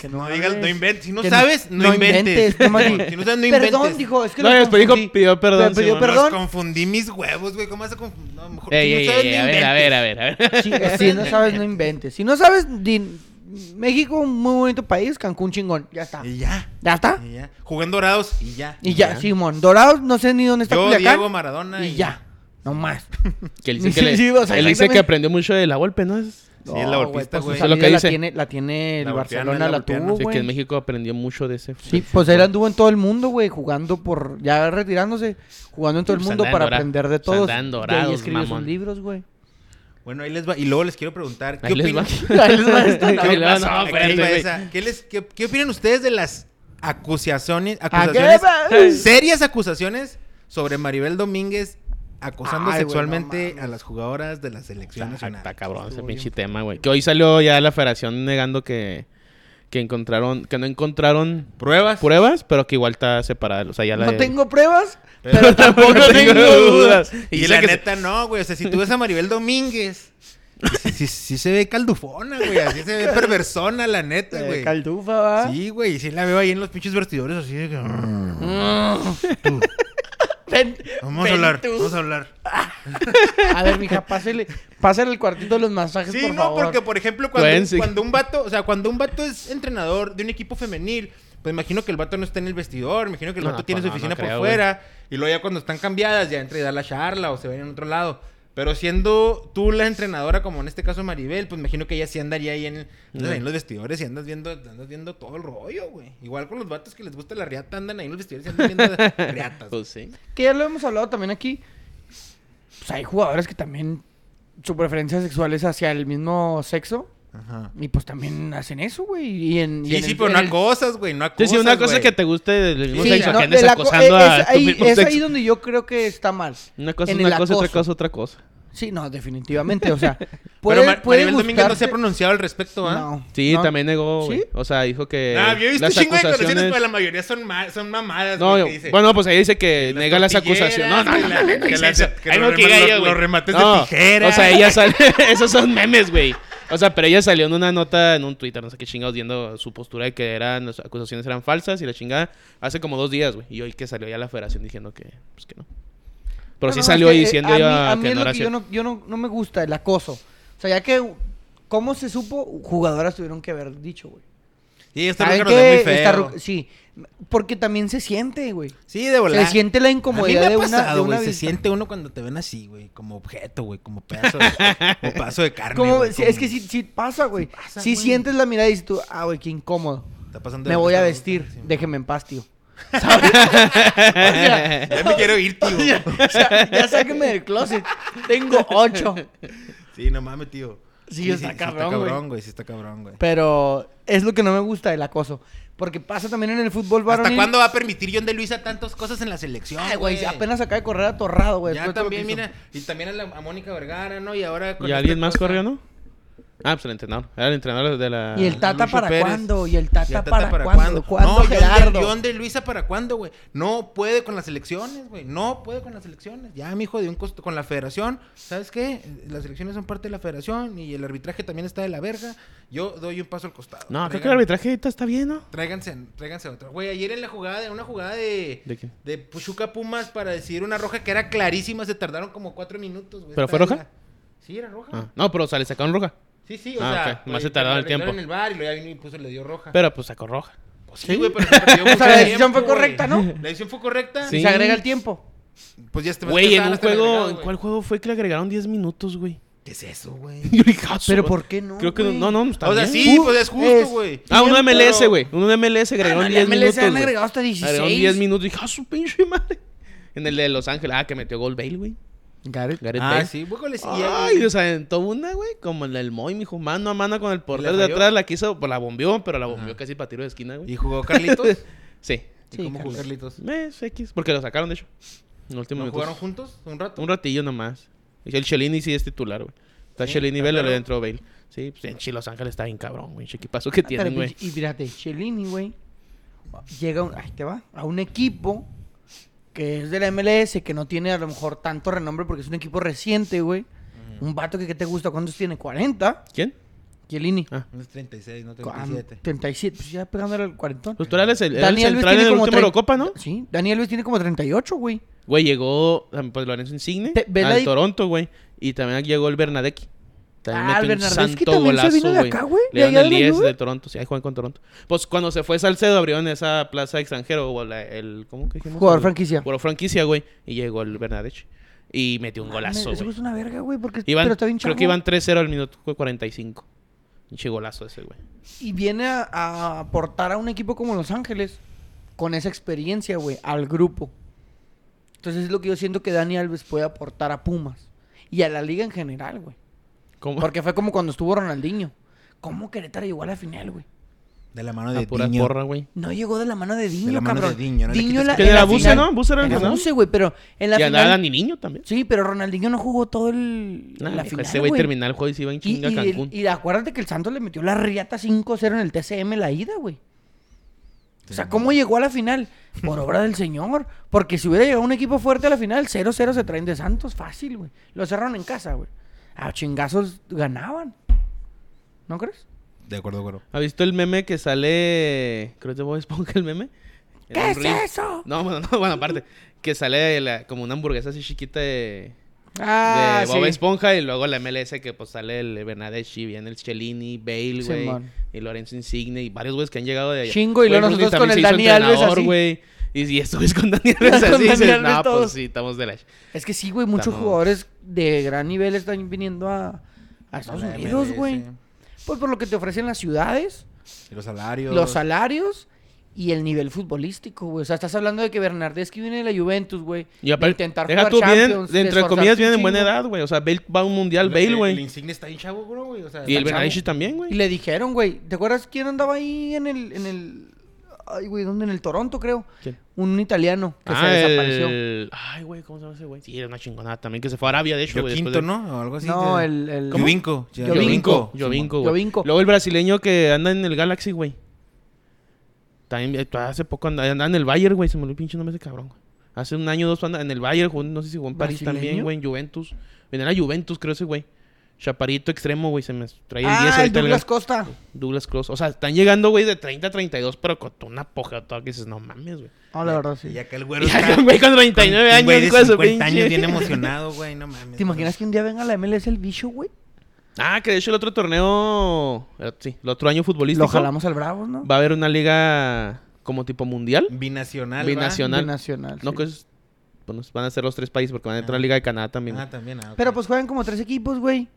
S2: Que
S3: No digas, no
S2: hables.
S3: inventes. Si no
S2: Que
S3: sabes, no, inventes.
S2: nomás
S3: No,
S2: di-
S3: si no sabes, no
S2: Perdón,
S3: inventes.
S2: dijo, es que
S1: No,
S2: lo
S1: después dijo,
S2: confundí.
S1: pidió perdón.
S2: Me pidió
S1: Simón.
S3: Los
S2: perdón.
S3: confundí mis huevos, güey. ¿Cómo vas a confundir? No, mejor,
S1: Ey,
S3: si no
S1: ey,
S3: sabes,
S1: ey,
S3: no
S1: a ver, a
S3: inventes.
S1: ver, a ver, a ver.
S2: Chinga, si no sabes, no inventes. Si no sabes, di- México, un muy bonito país, Cancún chingón. Ya está.
S3: Y ya,
S2: ¿Ya está?
S3: y ya. Jugando dorados y ya.
S2: Y ya, Simón. Dorados, no sé ni dónde está
S3: Yo,
S2: Culiacán.
S3: Diego Maradona.
S2: y ya. No más.
S1: Que él dice que,
S2: Sí,
S1: le-
S2: sí, o sea,
S1: él dice
S2: exactamente.
S1: que aprendió mucho de la golpe, ¿no? Es-
S3: Sí, es la golpista,
S2: pues,
S3: güey.
S2: su
S1: Es lo que
S2: salida
S1: dice.
S2: La tiene, la tiene el
S3: La golpearon,
S2: Barcelona,
S3: la
S2: la
S3: golpearon.
S2: tuvo,
S1: Sí, que en
S2: güey.
S1: México aprendió mucho de ese.
S2: Sí, pues él anduvo en todo el mundo, güey, jugando por... Ya retirándose, jugando en todo el
S1: Pues
S2: mundo
S1: andan
S2: para
S1: dora-
S2: aprender de
S1: pues
S2: todos.
S1: andan
S2: Y ahí
S1: dorados,
S2: escribió sus
S1: mamón.
S2: libros, güey.
S3: Bueno, ahí les va. Y luego les quiero preguntar, ¿qué
S1: Ahí les va.
S3: opinan?
S2: Ahí les va esta, ¿no?
S1: Ahí les va,
S3: No,
S1: no,
S3: aquí
S1: espérate,
S3: va
S1: güey.
S3: esa. ¿Qué, les- qué- qué opinan ustedes de las acusaciones,
S2: ¿A qué
S3: acusaciones
S2: vas?
S3: serias acusaciones sobre Maribel Domínguez acosando
S2: Ay, güey, no
S3: sexualmente
S2: mames.
S3: a las jugadoras de la selección
S1: Ah,
S3: nacional?
S1: Está cabrón ese
S3: Estuvo
S1: pinche
S3: bien.
S1: tema, güey. Que hoy salió ya la federación negando que, que encontraron, que no encontraron
S3: ¿Pruebas?
S1: pruebas, pero que igual está separada. O sea, ya la
S2: No
S1: de-
S2: tengo pruebas,
S3: Pero
S2: pero,
S1: tampoco
S2: tampoco
S1: tengo
S2: tengo
S1: dudas.
S2: dudas.
S3: Y,
S1: Y
S3: la
S1: la que se-
S3: neta, no, güey. O sea, si tú ves a Maribel Domínguez, sí, sí- sí se ve caldufona, güey. Así se ve perversona, la neta,
S2: Eh,
S3: güey.
S2: Caldufa, va.
S3: Sí, güey. Y sí la veo ahí en los pinches vertidores, así de que. "Mm,
S2: Mm. Ven,
S3: Vamos
S2: ven
S3: a hablar,
S2: tú.
S3: vamos a hablar.
S2: A ver, mija, pásale, pásale el cuartito de los masajes,
S3: Sí,
S1: Pues,
S2: por
S3: no,
S2: favor.
S3: porque por ejemplo, cuando,
S1: Cuídense.
S3: cuando un vato, o sea, cuando un vato es entrenador de un equipo femenil, pues imagino que el vato no está en el vestidor, imagino que el
S1: No,
S3: vato
S1: pues
S3: tiene su
S1: no, no
S3: oficina por
S1: creo,
S3: fuera, y luego ya cuando están cambiadas, ya entra y da la charla o se ven en otro lado. Pero siendo tú la entrenadora, como en este caso Maribel, pues imagino que ella sí andaría ahí en, andas
S1: Mm.
S3: ahí en los vestidores y andas viendo, andas viendo todo el rollo, güey. Igual con los vatos que les gusta la riata, andan ahí en los vestidores y andan viendo riatas.
S1: Pues sí.
S2: Que ya lo hemos hablado también aquí. Pues hay jugadores que también su preferencia sexual es hacia el mismo sexo.
S3: Ajá.
S2: Y pues también hacen eso, güey. Y en, y
S3: Sí,
S2: en
S3: sí,
S2: el-
S3: pero
S2: en
S3: no
S2: el-
S3: acosas, güey, no
S1: Sí,
S3: acosas,
S1: sí, una cosa
S3: güey.
S1: es que te guste del mismo
S3: Sí,
S1: sexo,
S2: no,
S1: que andes
S2: de la co-
S1: acosando
S2: eh,
S1: a
S2: es
S1: tu
S2: ahí,
S1: mismo
S2: es
S1: sexo.
S2: ahí donde yo creo que está mal.
S1: Una cosa es
S2: en
S1: una
S2: el
S1: cosa, otra
S2: acoso.
S1: cosa, otra cosa.
S2: Sí, no, definitivamente. O sea, puede,
S3: Pero Mar-
S2: puede
S3: Maribel Domínguez no se ha
S2: gustarte-
S3: pronunciado al respecto, ¿ah?
S2: No,
S1: Sí,
S2: no.
S1: también negó,
S2: ¿Sí?
S1: güey. O sea, dijo
S2: Eh,
S1: que
S3: Ah, yo he visto
S1: las
S3: chingo de declaraciones,
S1: acusaciones...
S3: pero la mayoría son, ma- son mamadas.
S1: No,
S3: güey,
S1: yo-
S3: que dice,
S1: bueno, pues ahí dice que nega las
S3: tortilleras,
S1: acusaciones. No, no,
S3: que
S1: no,
S3: la-
S1: no, no, no
S3: que
S1: hice
S3: la-
S1: eso.
S3: que
S1: Ahí
S3: lo
S1: no que
S3: rema-
S1: haya,
S3: lo-
S1: güey.
S3: los remates de tijera.
S1: O sea, ella sale... Esos son memes, güey. O sea, pero ella salió en una nota en un Twitter, no sé qué chingados, viendo su postura de que eran las acusaciones eran falsas y la chingada hace como dos días, güey. Y hoy que salió ya la federación diciendo que, pues que no. Pero
S2: No,
S1: sí
S2: no,
S1: salió
S2: es que, eh,
S1: diciendo
S2: a mí-
S1: ella
S2: a mí
S1: que
S2: es
S1: no
S2: lo
S1: era
S2: que yo
S1: cierto.
S2: no, yo no, no me gusta, el acoso. O sea, ya que... ¿Cómo se supo? Jugadoras tuvieron que haber dicho, güey.
S3: Sí,
S1: Este
S3: este esta
S2: ¿Saben
S3: ruca nos ve muy
S2: qué? Esta
S3: feo.
S2: ru- Sí, porque también se siente, güey.
S3: Sí, de
S2: Se
S3: volar.
S2: siente la incomodidad de una... de una
S3: Se
S2: vista.
S3: siente uno cuando te ven así, güey. Como objeto, güey. Como pedazo de, como pedazo de carne.
S2: Como-
S3: güey,
S2: sí, es
S3: como-
S2: que sí, sí pasa, güey.
S3: Sí pasa,
S2: Si
S3: güey.
S2: sientes la mirada y dices tú, ah, güey, qué incómodo.
S3: Está pasando de
S2: Me voy a
S3: verga,
S2: vestir,
S3: güey.
S2: déjeme en paz, tío.
S3: Ya me quiero ir, tío.
S2: O sea, ya sáquenme del closet. Tengo ocho.
S3: Sí, no mames, tío.
S2: Sí, está cabrón,
S3: está
S2: güey.
S3: cabrón, güey. Sí, está cabrón, güey.
S2: Pero es lo que no me gusta del acoso. Porque pasa también en el fútbol varonil.
S3: ¿Hasta cuándo va a permitir John de Luisa tantas cosas en la selección?
S2: Ay, güey, apenas acaba de correr a Torrado, güey.
S3: Ya
S2: después de pues, lo
S3: también,
S2: que hizo.
S3: mira. Y también a, la, a Mónica Vergara, ¿no? Y ahora. con
S1: ¿Y
S2: este
S3: esta
S1: alguien más
S3: cosa.
S1: corrió, no? Ah, pues el entrenador. Era el entrenador de la...
S2: ¿Y el Tata
S3: Lucho
S2: para
S3: Pérez.
S2: cuándo? ¿Y el Tata,
S3: ¿Y el
S2: para, cuándo? ¿Cuándo,
S3: no,
S2: Gerardo?
S3: John de Luisa para cuándo, güey. No puede con las elecciones, güey. No puede con las elecciones. Ya, mijo, de un costo con la federación. ¿Sabes qué? Las elecciones son parte de la federación y el arbitraje también está de la verga. Yo doy un paso al costado.
S1: No, creo
S3: Traigan-
S1: que el arbitraje ahorita está bien, ¿no?
S3: Tráiganse, tráiganse otra. Güey, ayer en la jugada, de una jugada de.
S1: ¿De quién?
S3: de Puchuca Pumas para decidir una roja que era clarísima, se tardaron como cuatro minutos, güey.
S1: ¿Pero
S3: Esta
S1: fue
S3: es
S1: roja?
S3: la- Sí, era roja.
S1: Ah, No, pero o sea, le sacaron roja.
S3: Sí, sí, o
S1: Ah,
S3: sea.
S1: ok. Nomás
S3: güey,
S1: se tardaron el
S3: lo arreglaron
S1: tiempo.
S3: en el bar y luego ya vino y puso, le dio roja.
S1: Pero pues sacó roja.
S3: Pues sí, güey, pero se perdió mucho
S2: O sea, la decisión
S3: tiempo,
S2: fue correcta,
S3: güey.
S2: ¿no?
S3: La decisión fue correcta.
S1: Sí.
S2: Se agrega el tiempo.
S3: Pues ya te
S1: Güey, en
S3: estaban
S1: un
S3: hasta el
S1: juego,
S3: agregado,
S1: ¿en
S3: güey.
S1: cuál juego fue que le agregaron 10 minutos, güey?
S3: ¿Qué es eso, güey?
S1: Yo dije, "Ah, su
S2: Pero
S1: madre".
S2: ¿por qué no,
S1: Creo que
S2: güey?
S1: no, no, no está
S3: O sea,
S1: bien.
S3: sí,
S2: Ju-
S3: pues es justo,
S2: es-
S3: güey.
S1: Ah, uno de MLS,
S3: Pero-
S1: güey. Uno de MLS agregaron
S2: Ah, no,
S1: 10
S2: le
S1: minutos.
S2: han
S1: güey.
S2: agregado hasta
S1: Agregaron
S2: 16.
S1: 10 minutos. Dije, ah, su pinche madre. En el de Los Ángeles. Ah, que metió gol Bale, güey.
S2: Gareth.
S1: Gareth
S3: Ah,
S1: Bale.
S3: sí, güey, goles. y ya,
S1: Ay,
S3: güey.
S1: o sea, aventó una, güey, como en el Moy, mijo, mano a mano con el portero
S3: la
S1: de
S3: falló?
S1: atrás, la quiso, pues la bombeó, pero la bombeó
S3: Ajá.
S1: casi para tiro de esquina, güey.
S3: ¿Y jugó Carlitos?
S1: Sí.
S3: ¿Y
S2: Sí,
S3: cómo jugó Carlitos?
S1: Mes X, porque lo sacaron, de hecho. En último
S3: ¿No
S1: minuto.
S3: jugaron juntos un rato?
S1: Un ratillo nomás. El Chelini sí es titular, güey. Está
S3: Sí,
S1: Chelini y
S3: está
S1: Vela,
S3: claro.
S1: le entró Bale. Sí, pues en Chi Los Ángeles está bien cabrón, güey. Che, ¿Qué pasó que
S2: Ah, pero
S1: tienen, güey?
S2: pinche- Y fíjate, Chelini, güey. llega un- ay, te va, a un equipo que es de la MLS, que no tiene a lo mejor tanto renombre porque es un equipo reciente, güey.
S3: Mm.
S2: Un vato que, ¿qué te gusta? ¿Cuántos tiene? ¿40?
S1: ¿Quién?
S2: Kielini.
S1: Ah,
S3: Unos 36, no
S2: Cuan-
S3: 37.
S2: 37, pues ya pegándole al cuarentón.
S1: Pues tú eras el, era el
S2: Dani Alves
S1: central
S2: tiene
S1: en la
S2: como
S1: última
S2: tre-
S1: Eurocopa, ¿no?
S2: Sí, Daniel Luis tiene como 38, güey.
S1: Güey, llegó ah, pues, Lorenzo Insigne
S2: Te- ve la
S1: al
S2: di-
S1: Toronto, güey. Y también aquí llegó el Bernadecki. También
S2: Ah,
S1: metió un
S2: el Bernardeschi
S1: santo
S2: también se
S1: golazo,
S2: vino de acá, güey,
S1: Le
S2: de allá
S1: dieron el
S2: de la
S1: 10
S2: Juve.
S1: de Toronto. Sí, ahí juegan con Toronto. Pues cuando se fue Salcedo abrieron esa plaza de extranjero. O la- el, ¿Cómo que dijimos?
S2: Jugador
S1: El-
S2: franquicia.
S1: Jugador franquicia, güey. Y llegó el Bernadecki. Y metió un golazo,
S2: Mames, Ah, ese
S1: güey.
S2: es una verga, güey, porque
S1: Iban-
S2: pero está bien
S1: creo
S2: chavo.
S1: que iban 3-0 al minuto 45. Pinche golazo ese, güey.
S2: Y viene a, a aportar a un equipo como Los Ángeles con esa experiencia, güey, al grupo. Entonces es lo que yo siento que Dani Alves puede aportar a Pumas y a la liga en general, güey.
S1: ¿Cómo?
S2: Porque fue como cuando estuvo Ronaldinho. ¿Cómo Querétaro llegó a la final, güey?
S3: De la mano
S1: A
S3: de
S1: pura
S3: Diño.
S1: porra, güey.
S2: No llegó de la mano de Diño,
S3: la mano de
S2: cabrón.
S3: Diño, no le quites
S2: en la-
S1: Que
S2: en
S1: era
S2: la
S1: Buse,
S2: final-
S1: ¿no? Buse era el
S2: Era
S1: ganador.
S2: Buse, güey, pero en la
S1: Y andaba
S2: final...
S1: Dani Niño también.
S2: Sí, pero Ronaldinho no jugó todo el...
S1: Nah,
S2: la
S1: hijo,
S2: final,
S1: ese güey terminaba el juego y se iba en
S2: Y,
S1: chinga a
S2: y el-
S1: Cancún.
S2: y acuérdate que el Santos le metió la riata 5-0 en el TCM la ida, güey. O sea, ¿cómo llegó a la final? Por obra del señor. Porque si hubiera llegado un equipo fuerte a la final, 0-0 se traen de Santos. Fácil, güey. Lo cerraron en casa, güey. A chingazos ganaban. ¿No crees?
S3: De acuerdo, de acuerdo.
S1: ¿Has visto el meme que sale? Creo que te voy a esponjar el meme. Era
S2: ¿Qué
S1: un
S2: es
S1: reel.
S2: eso?
S1: No, bueno, no, bueno, aparte. Que sale de la- como una hamburguesa así chiquita de,
S2: Ah,
S1: de Bob Esponja y luego la MLS que pues sale el Bernadeschi, viene el Cellini, Bale, güey.
S2: Simón.
S1: y Lorenzo Insigne y varios güeyes que han llegado de allá.
S2: Chingo,
S1: Güey,
S2: y luego
S1: Ruiz
S2: nosotros
S1: también
S2: con el
S1: se hizo
S2: Dani Alves
S1: entrenador,
S2: así.
S1: güey. Y, y esto es con Dani Alves
S2: Con
S1: así.
S2: Dani
S1: dices,
S2: Alves
S1: no,
S2: todos".
S1: pues sí, estamos de la... ch-".
S2: Es que sí, güey. Muchos
S1: Estamos-
S2: jugadores de gran nivel están viniendo a, a Estados
S3: A la
S2: Unidos,
S3: MLS,
S2: güey. Pues por lo que te ofrecen las ciudades.
S3: Y los salarios.
S2: Los salarios y el nivel futbolístico, güey. O sea, estás hablando de que Bernardeschi viene de la Juventus, güey.
S1: Y aparte,
S2: de intentar
S1: deja
S2: jugar
S1: tú, vienen,
S2: Champions,
S1: de
S2: de
S1: entre
S2: esforzarse
S1: comillas,
S2: un
S1: vienen en buena
S2: chingo.
S1: edad, güey. O sea, Bale va a un mundial,
S3: El-
S1: Bale,
S3: el- El
S1: güey.
S3: insigne está bien chavo, bro, güey. O sea,
S1: Y el
S3: está chavo.
S1: Bernadeschi también, güey.
S2: Y le dijeron, güey, ¿te acuerdas quién andaba ahí en el... En el ay, güey, ¿dónde? En el Toronto, creo.
S1: ¿Quién?
S2: Un italiano que se
S1: Ah,
S2: desapareció.
S1: el... Ay, güey, ¿cómo se llama ese güey? Sí, era una chingonada también, que se fue a Arabia, de hecho,
S3: Yo
S1: güey.
S3: quinto,
S1: después de-
S3: ¿no? O algo así.
S2: No,
S3: de-
S2: el- el- ¿Cómo?
S3: Jovinko. Ya-
S1: Jovinko.
S3: Jovinko.
S1: Jovinko,
S2: Simón.
S1: güey.
S2: Jovinko.
S1: Luego el brasileño que anda en el Galaxy, güey. También, eh, hace poco andaba, andaba en el Bayern, güey. Se me olvidó el pinche nombre de ese cabrón, güey. Hace un año o dos andaba en el Bayern, jugó- no sé si jugó en París
S2: ¿Brasileño?
S1: también, güey, en Juventus. Venía a Juventus, creo ese güey. Chaparito extremo, güey, se me traía el 10
S2: Ah, el
S1: ahorita. en el
S2: Douglas Costa.
S1: Douglas Cross. O sea, están llegando, güey, de 30 a 32, pero con toda una poja toda que dices, no mames, güey.
S2: No, la verdad, sí.
S3: Y acá el güero.
S1: Y acá,
S3: está-
S1: un güey, con 39
S3: un güey
S1: años,
S3: de
S1: hijo de su
S3: 50
S1: pinche-
S3: años bien emocionado, güey. No mames.
S2: ¿Te imaginas que un día venga a la MLS el bicho, güey?
S1: Ah, que de hecho el otro torneo. el- Sí, el otro año futbolístico.
S2: Lo jalamos al Bravos, ¿no?
S1: Va a haber una liga como tipo mundial.
S3: Binacional.
S1: Binacional.
S2: Nacional.
S1: No, pues, que es- bueno, van a ser los tres países porque van a entrar a la liga de Canadá también.
S3: ¿va? Ah,
S1: güey.
S3: también. ah, ok.
S2: Pero pues juegan como tres equipos, güey.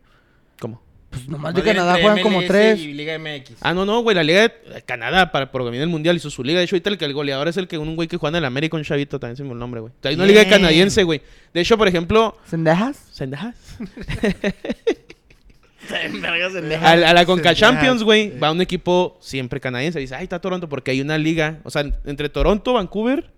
S1: ¿Cómo?
S2: Pues nomás
S3: Más
S2: de
S3: bien
S2: Canadá
S3: entre
S2: juegan como
S3: MLS
S2: tres.
S3: Y Liga MX.
S1: Ah, no, no, güey, la liga de Canadá para por venir el mundial hizo su liga. De hecho, ahorita el, que el goleador es el que un güey que juega en el América, un chavito, también se me olvidó el nombre, güey. O sea, Hay una liga
S3: Bien.
S1: canadiense, güey. De hecho, por ejemplo,
S2: ¿Sendejas?
S1: ¿Sendejas? a, a la Conca
S3: Sendejas,
S1: Champions, güey,
S3: sí.
S1: va un equipo siempre canadiense. Dice, ay, está Toronto, porque hay una liga. O sea, entre Toronto, Vancouver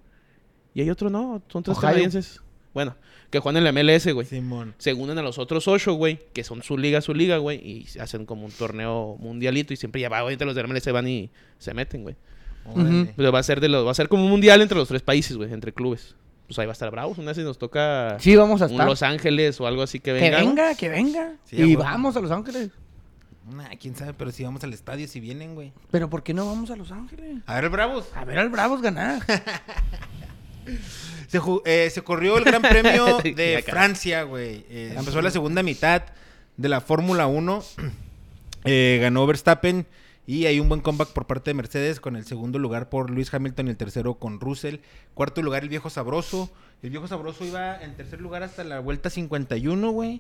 S1: y hay otro, no. Son tres
S2: Ohio.
S1: canadienses. Bueno, que juegan en la MLS, güey.
S3: Simón.
S1: Se unen a los otros ocho, güey, que son su liga, su liga, güey, y hacen como un torneo mundialito. Y siempre ya va, güey, entre los de la MLS se van y se meten, güey.
S3: Órale.
S1: Pero va a ser de los, va a ser como un mundial entre los tres países, güey, entre clubes. Pues ahí va a estar bravos. Una vez si nos toca
S2: Sí, vamos a
S1: un
S2: estar.
S1: Los Ángeles o algo así que
S2: Que
S1: venga. güey.
S2: venga, que venga.
S3: Sí, a
S2: y
S3: huevo.
S2: vamos a Los Ángeles.
S3: Nah, quién sabe, pero si vamos al estadio, si vienen, güey.
S2: Pero ¿por qué no vamos a Los Ángeles?
S3: A ver, Bravos.
S2: A ver al Bravos ganar.
S3: Se, ju- eh, se corrió el Gran Premio de
S1: Ya, cabrón.
S3: Francia, güey. Eh, empezó la segunda mitad de la Fórmula 1. Eh, ganó Verstappen y hay un buen comeback por parte de Mercedes con el segundo lugar por Luis Hamilton y el tercero con Russell. Cuarto lugar el viejo sabroso. El viejo sabroso iba en tercer lugar hasta la vuelta 51, güey.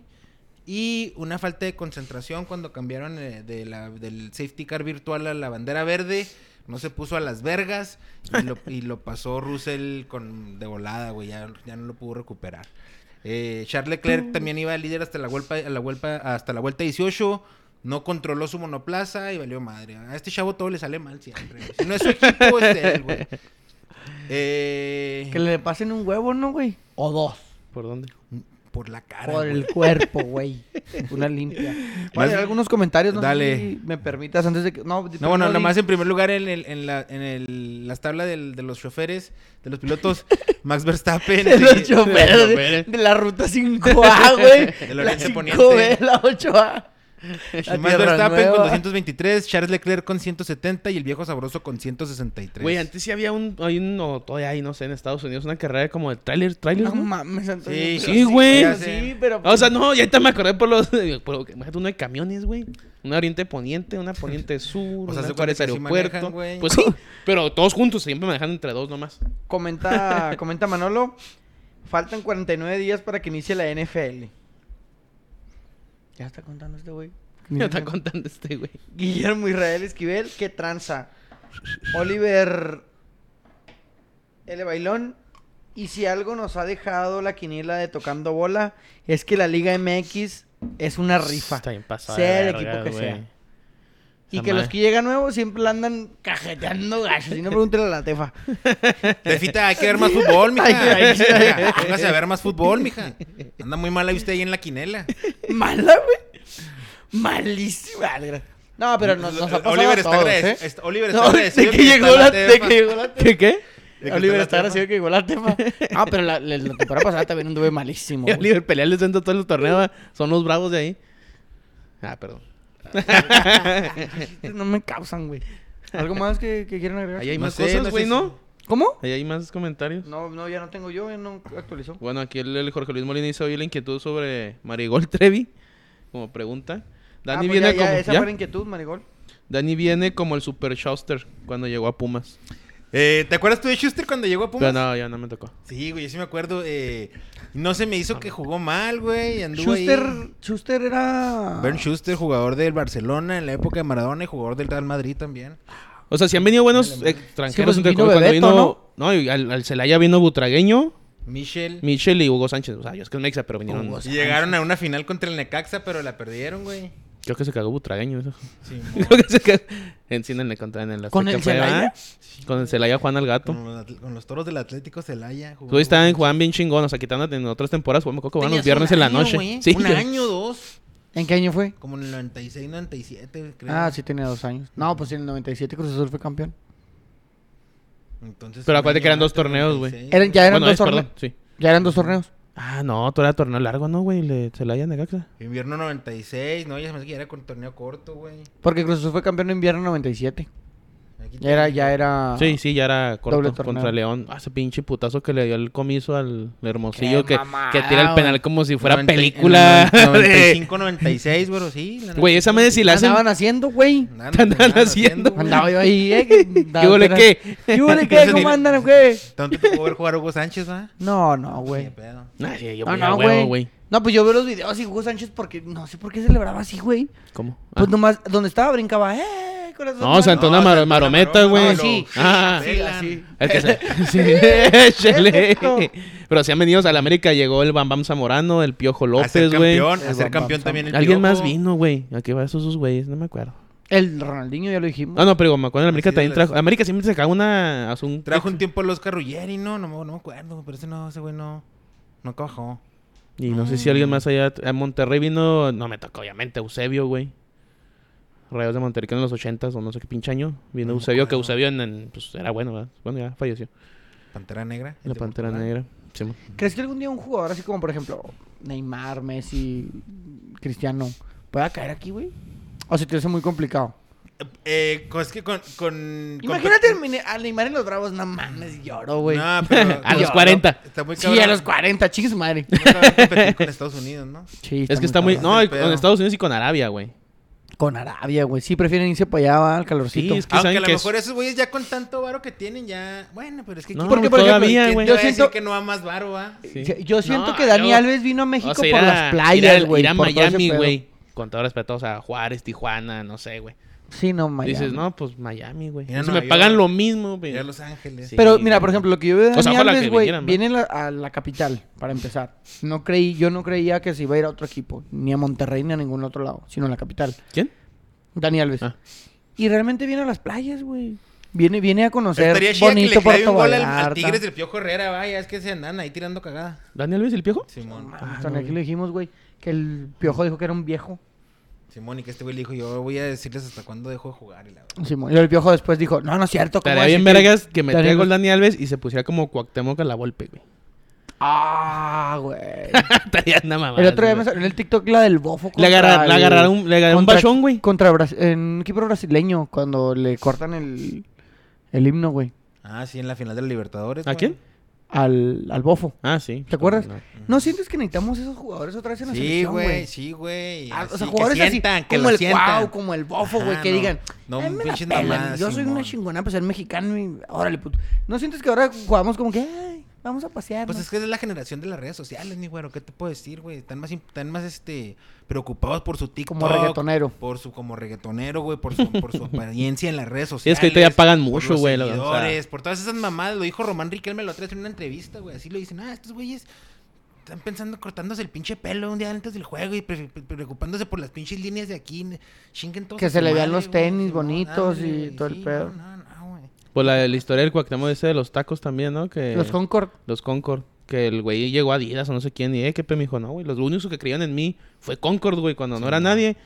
S3: Y una falta de concentración cuando cambiaron eh, de la- del safety car virtual a la bandera verde. No se puso a las vergas y lo, y lo pasó Russell con, de volada, güey. Ya, ya no lo pudo recuperar. Eh, Charles Leclerc también iba líder hasta la, vuelta, a la vuelta, hasta la vuelta 18. No controló su monoplaza y valió madre. A este chavo todo le sale mal siempre. güey. Si no es su equipo, es de él, güey. Eh,
S2: que le pasen un huevo, ¿no, güey? O dos.
S1: ¿Por dónde?
S3: Por la cara.
S2: Por
S3: güey.
S2: el cuerpo, güey. Una limpia.
S3: Más-
S2: Vale, algunos comentarios, no sé
S3: Dale.
S2: si me permitas antes de que. No,
S3: No, bueno,
S2: nada
S3: nomás en primer lugar en, el- en la- en el- las tablas del- de los choferes, de los pilotos, Max Verstappen.
S2: De los
S3: sí,
S1: de los
S2: choferes de,
S1: choferes.
S2: de la ruta 5A, güey.
S3: Del
S2: la
S3: Oriente
S2: 5B,
S3: Poniente.
S2: la 8A. La
S3: Max
S2: Tierra
S3: Verstappen
S2: Nueva.
S3: con 223, Charles Leclerc con 170 y el viejo sabroso con 163.
S1: Güey, antes sí había un, hay un, no, todavía hay, no sé, en Estados Unidos, una carrera como de trailer, trailers,
S2: No
S1: ¿no?
S2: mames, Antonio.
S3: Sí,
S2: pero
S1: sí, güey.
S2: pero
S3: ya sé.
S2: Sí, pero.
S1: O sea, no, ya ahorita me acordé por los. Por, imagínate uno de camiones, güey. Una oriente poniente, una poniente sur,
S3: O sea,
S1: una
S3: se cuenta
S1: Juárez
S3: que sí
S1: aeropuerto.
S3: manejan, güey.
S1: pues sí, pero todos juntos, siempre manejan entre dos nomás.
S2: Comenta, comenta Manolo. Faltan 49 días para que inicie la NFL. Ya está contando este güey.
S1: Me está contando este, güey.
S2: Guillermo Israel Esquivel, qué tranza. Oliver L. Bailón. Y si algo nos ha dejado la quiniela de tocando bola, es que la Liga MX es una rifa.
S1: Está bien pasada.
S2: Sea
S1: de
S2: el equipo que
S1: güey.
S2: sea. Y
S1: Esa
S2: que los
S1: madre.
S2: que llegan nuevos siempre la andan cajeteando gachos. Si no, pregúntale a la tefa.
S3: Tefita, hay que ver más fútbol, mija.
S2: Hay que- hay que-
S3: Mija, Póngase a ver más fútbol, mija. Anda muy mal ahí usted ahí en la quinela.
S2: Mala, güey. Malísima. al Ah, gra- No, pero nos, nos ha pasado
S3: Oliver
S2: a
S3: está
S2: todos,
S3: agrade-
S2: ¿eh?
S3: está- Oliver está
S2: No, de
S3: agradecido
S2: que llegó
S3: está
S2: la, de
S3: Tefa.
S2: que llegó la tefa.
S1: ¿Qué, qué?
S3: De que
S2: Oliver
S3: está
S2: está
S3: la
S2: agradecido que llegó la tefa. Ah, pero la, la- la temporada pasada también anduve malísimo.
S1: Y
S2: güey.
S1: Oliver pelearles dentro de todos los torneos, ¿verdad? son los bravos de ahí. Ah, perdón.
S2: No me causan, güey. ¿Algo más que, que quieran agregar?
S1: Ahí hay
S3: No
S1: más
S3: sé, no
S1: cosas,
S3: sé
S1: güey,
S3: si-
S1: ¿no?
S2: ¿Cómo?
S1: Ahí hay más comentarios.
S2: No, no, ya no tengo yo, ya no actualizó.
S1: Bueno, aquí el, el Jorge Luis Molina hizo hoy la inquietud sobre Marigol Trevi, como pregunta. Dani
S2: Ah, pues
S1: viene
S2: ya, ya,
S1: como.
S2: esa
S1: ¿ya?
S2: fue la inquietud, Marigol.
S1: Dani viene como el Super Schuster cuando llegó a Pumas.
S3: Eh, ¿Te acuerdas tú de Schuster cuando llegó a Pumas?
S1: Pero no, ya no me tocó.
S3: Sí, güey, yo sí me acuerdo. eh, no se me hizo que jugó mal, güey. Anduvo
S2: Schuster,
S3: ahí.
S2: Schuster era...
S3: Bern Schuster, jugador del Barcelona en la época de Maradona y jugador del Real Madrid también.
S1: O sea, si han venido buenos extranjeros.
S2: Sí, pues,
S1: entre
S2: vino
S1: cuando
S2: Bebeto,
S1: vino- ¿no? y al, al Celaya vino Butragueño,
S3: Michel.
S1: Michel y Hugo Sánchez. O sea, yo es que es Mexa, pero vinieron.
S2: Hugo
S3: Y llegaron a una final contra el Necaxa, pero la perdieron, güey.
S1: Creo que se cagó Butragueño. Eso.
S3: Sí,
S1: Creo que se cagó. Enciéndenle contra en el Azteca,
S2: ¿Con el
S1: fue, ¿verdad?
S2: Celaya?
S1: Con el Celaya Juan al Gato.
S3: con, los, atl- con los toros del Atlético Celaya. jugó-
S1: Tú estaban Juan bien chingón, o sea, quitando en otras temporadas, güey, me acuerdo que jugaban los
S3: Tenías
S1: viernes
S3: un
S1: en la
S3: año,
S1: noche.
S3: güey,
S1: Sí,
S3: un
S1: güey.
S3: año, dos.
S2: ¿En qué año fue?
S3: Como en el 96, 97, creo.
S2: Ah, sí tenía dos años. No, pues en el 97 Cruz Azul fue campeón.
S3: Entonces,
S1: Pero
S3: un
S1: acuérdate
S3: año
S1: que eran dos
S3: antes,
S1: torneos,
S3: 96.
S2: Eran- ya, eran
S1: Bueno,
S2: dos
S1: es,
S2: torneos.
S1: perdón, sí.
S2: ya eran dos torneos.
S1: Ah, no, todo era torneo largo, ¿no, güey? Le- Celaya Necaxa.
S3: Invierno 96, no, ya se me hace que ya era con torneo corto, güey.
S2: Porque Cruz Azul fue campeón en invierno 97.
S3: Aquí
S2: Ya era,
S3: tengo-
S2: ya era...
S1: Sí, sí, ya era corto
S2: Ah. Doble torneo.
S1: contra León. Ah, ese pinche putazo que le dio el comiso al Hermosillo que,
S2: mamada,
S1: que tira el penal
S2: güey.
S1: como si fuera
S3: Noventa-
S1: película.
S3: en el
S1: de-
S3: 95, 96, güey, sí. la
S1: Güey, esa madre si
S2: ¿Qué
S1: la hacen.
S2: andaban haciendo, güey?
S3: Andaban-
S1: ¿Qué andaban
S3: andaban
S1: haciendo?
S3: güey.
S2: Andaba yo ahí, ¿eh? que andaba
S1: ¿Qué huele
S2: apenas-
S1: qué?
S2: ¿Qué huele qué? ¿Cómo andan, güey?
S3: ¿Dónde te pudo ver jugar Hugo Sánchez, va?
S2: No, no,
S3: Ni
S2: güey.
S3: pedo.
S1: Ah, sí, yo
S2: No,
S1: me da
S2: no,
S1: huevo,
S2: güey. No, pues yo veo los videos y Hugo Sánchez porque no sé por qué celebraba así, güey.
S1: ¿Cómo? Ah.
S2: Pues nomás, donde estaba brincaba, ¡eh! Con las dos
S1: No,
S2: manos.
S1: Santo- Antona Mar-
S3: Marometa,
S1: Marometa, güey.
S3: lo-
S2: Sí.
S1: Ah.
S2: Sí, así.
S1: Es que se- sí, échele.
S2: Perfecto.
S1: Pero si han venido a la América, llegó el Bam Bam Zamorano, el Piojo
S3: a ser
S1: López, güey.
S3: campeón, a
S2: El
S3: ser
S2: Bam Bam
S3: campeón también el
S1: Alguien más
S3: Piojo.
S1: vino, güey. ¿A qué va esos dos güeyes? No me acuerdo.
S2: El Ronaldinho, ya lo dijimos.
S1: Ah, no, pero me acuerdo en América
S3: Así de
S1: también
S3: las-
S1: trajo. América siempre se caga una. hace un-
S3: Trajo un tiempo a los Ruggeri, no, no, me- no me acuerdo, pero ese no, ese güey no, no trabajó.
S1: Y no sé si
S2: Mm.
S1: alguien más allá. A Monterrey vino. No me tocó, obviamente, Eusebio, güey. Rayos de Monterrey que en los 80 o no sé qué pinche año. Vino
S3: No me
S1: Eusebio, que
S3: acuerdo.
S1: Eusebio en, en- pues, era bueno, ¿verdad? Bueno, ya falleció.
S3: Pantera Negra.
S1: La
S3: este
S1: Pantera
S3: Portugal.
S1: Negra. Sí, mo.
S2: ¿Crees que algún día un jugador así como, por ejemplo, Neymar, Messi, Cristiano, pueda caer aquí, güey? O se te hace muy complicado.
S3: Eh, co- es que con... con
S2: Imagínate
S3: con-
S2: al Mine- al Neymar en los Bravos, no mames, lloro, güey.
S3: No, pero...
S1: A los
S2: Lloro.
S1: 40.
S3: Está muy
S2: sí, a
S3: cabrón.
S2: los 40, chingues madre.
S3: Está muy cabrón competir con Estados Unidos, ¿no?
S2: Sí,
S1: Es que está muy.
S2: cabrón.
S1: No,
S3: Ese
S1: con
S3: pedo.
S1: Estados Unidos y con Arabia, güey.
S2: Con Arabia, güey. Sí, prefieren irse para allá, va, al calorcito.
S1: Sí, es que
S3: Aunque
S1: saben
S3: a lo
S1: que es-
S3: mejor esos güeyes ya con tanto varo que tienen ya... Bueno, pero es que...
S1: No,
S3: ¿quién-
S2: Porque, por ejemplo,
S1: todavía,
S3: ¿quién
S1: güey.
S3: te
S2: yo
S3: va a decir
S2: siento-
S3: que no va más varo, va?
S1: Sí.
S2: Sí, Yo siento
S1: No,
S2: que Dani
S1: yo-
S2: Alves vino a México
S1: O sea, ir
S2: por
S1: a-
S2: las
S1: ir
S2: playas,
S1: a-
S2: güey.
S1: Ir a
S2: por todo ese
S1: Miami,
S2: pedo.
S1: güey. Con todo respeto, o sea, Juárez, Tijuana, no sé, güey.
S2: Sí, no, Miami.
S1: Dices, no, pues Miami, güey.
S3: Mira
S1: Si
S3: Nueva York.
S1: me pagan lo mismo, güey.
S3: Ya Los Ángeles.
S1: Sí.
S2: Pero mira,
S1: güey.
S2: por ejemplo, lo que yo veo de
S1: O sea,
S2: Dani
S1: ojalá
S2: Alves,
S1: que
S2: güey,
S1: vinieran, ¿no?
S2: viene a la- a la capital, para empezar. No creí, yo no creía que se iba a ir a otro equipo, ni a Monterrey ni a ningún otro lado, sino a la capital.
S1: ¿Quién?
S2: Dani Alves.
S1: Ah.
S2: Y realmente viene a las playas, güey. Viene, viene a conocer
S3: Estaría chida que le
S2: bonito
S3: clave
S2: Puerto
S3: un gol al, al
S2: Vallarta.
S3: Tigres del Piojo Herrera, vaya. Es que se andan ahí tirando cagada.
S1: ¿Daniel Luis el Piojo?
S3: Simón.
S2: Ah,
S1: no,
S2: Tan aquí
S1: güey.
S2: lo dijimos, güey. Que el piojo dijo que era un viejo.
S3: Simón, y que este güey le dijo, yo voy a decirles hasta cuándo dejo de jugar. Y la... verdad.
S2: Simón. Y el piojo después dijo, no, no es cierto. ¿cómo
S1: Estaría bien
S2: decir que-
S1: vergas que metiera
S2: Daniel-
S1: gol Dani Alves y se pusiera como Cuauhtémoc a la golpe, güey.
S2: Ah, güey.
S1: Estaría una mamada.
S2: El otro día me
S1: güey.
S2: salió en el TikTok la del bofo.
S1: Le agarra- le
S2: contra el-
S1: agarraron un- le agarraron un
S2: contra-
S1: bachón, güey.
S2: Contra Bras- en un equipo brasileño, cuando le cortan el, el himno, güey.
S3: Ah, sí, en la final de la Libertadores.
S1: ¿A
S3: güey.
S1: quién?
S2: Al, al bofo.
S1: Ah, sí.
S2: ¿Te acuerdas?
S1: No.
S2: No. sientes que necesitamos esos jugadores otra vez en la
S3: Sí,
S2: selección,
S3: güey, sí, güey.
S2: Ah, o
S3: Así,
S2: sea,
S3: que
S2: jugadores así,
S3: sientan, que
S2: como
S3: lo
S2: el
S3: sientan.
S2: Cuau, como el Bofo, güey,
S3: Ajá,
S2: que
S3: no.
S2: digan,
S3: No,
S2: "Ay, me la
S3: pinches
S2: pelan,
S3: mamadas,
S2: yo soy una
S3: Simón.
S2: chingona, pues ser mexicano y órale, puto. ¿No sientes que ahora jugamos como que, ay, vamos a pasear?
S3: Pues
S2: ¿no?
S3: es que es la generación de las redes sociales, mi güero. ¿Qué te puedo decir, güey? Están más, in- están más este, preocupados por su TikTok.
S2: Como reggaetonero.
S3: Por su, como reggaetonero, güey. Por su, por su apariencia en las redes
S1: Sí,
S3: sociales.
S1: es que ahorita ya pagan
S3: por
S1: mucho,
S3: los
S1: güey. la- o sea,
S3: seguidores, por todas esas mamadas. Lo dijo Román Riquelme la otra vez en una entrevista, güey. Así lo dicen. Ah, estos güeyes están pensando cortándose el pinche pelo un día antes del juego y pre- pre- preocupándose por las pinches líneas de aquí. ne- Chinguen todos
S2: Que
S3: a
S2: se
S3: su
S2: le vean
S3: madre,
S2: los
S3: güey,
S2: tenis
S3: Simón,
S2: bonitos y
S3: ándale, güey,
S2: todo el
S3: sí,
S2: pedo.
S3: No, no, no, güey.
S1: Pues la, la historia del Cuauhtémoc ese de los tacos también, ¿no? Que
S2: Los Concord.
S1: los Concord. Que el güey llegó a Adidas o no sé quién. Y, eh, qué pe, mijo, no, güey. Los únicos que creían en mí fue Concord, güey, cuando no era nadie.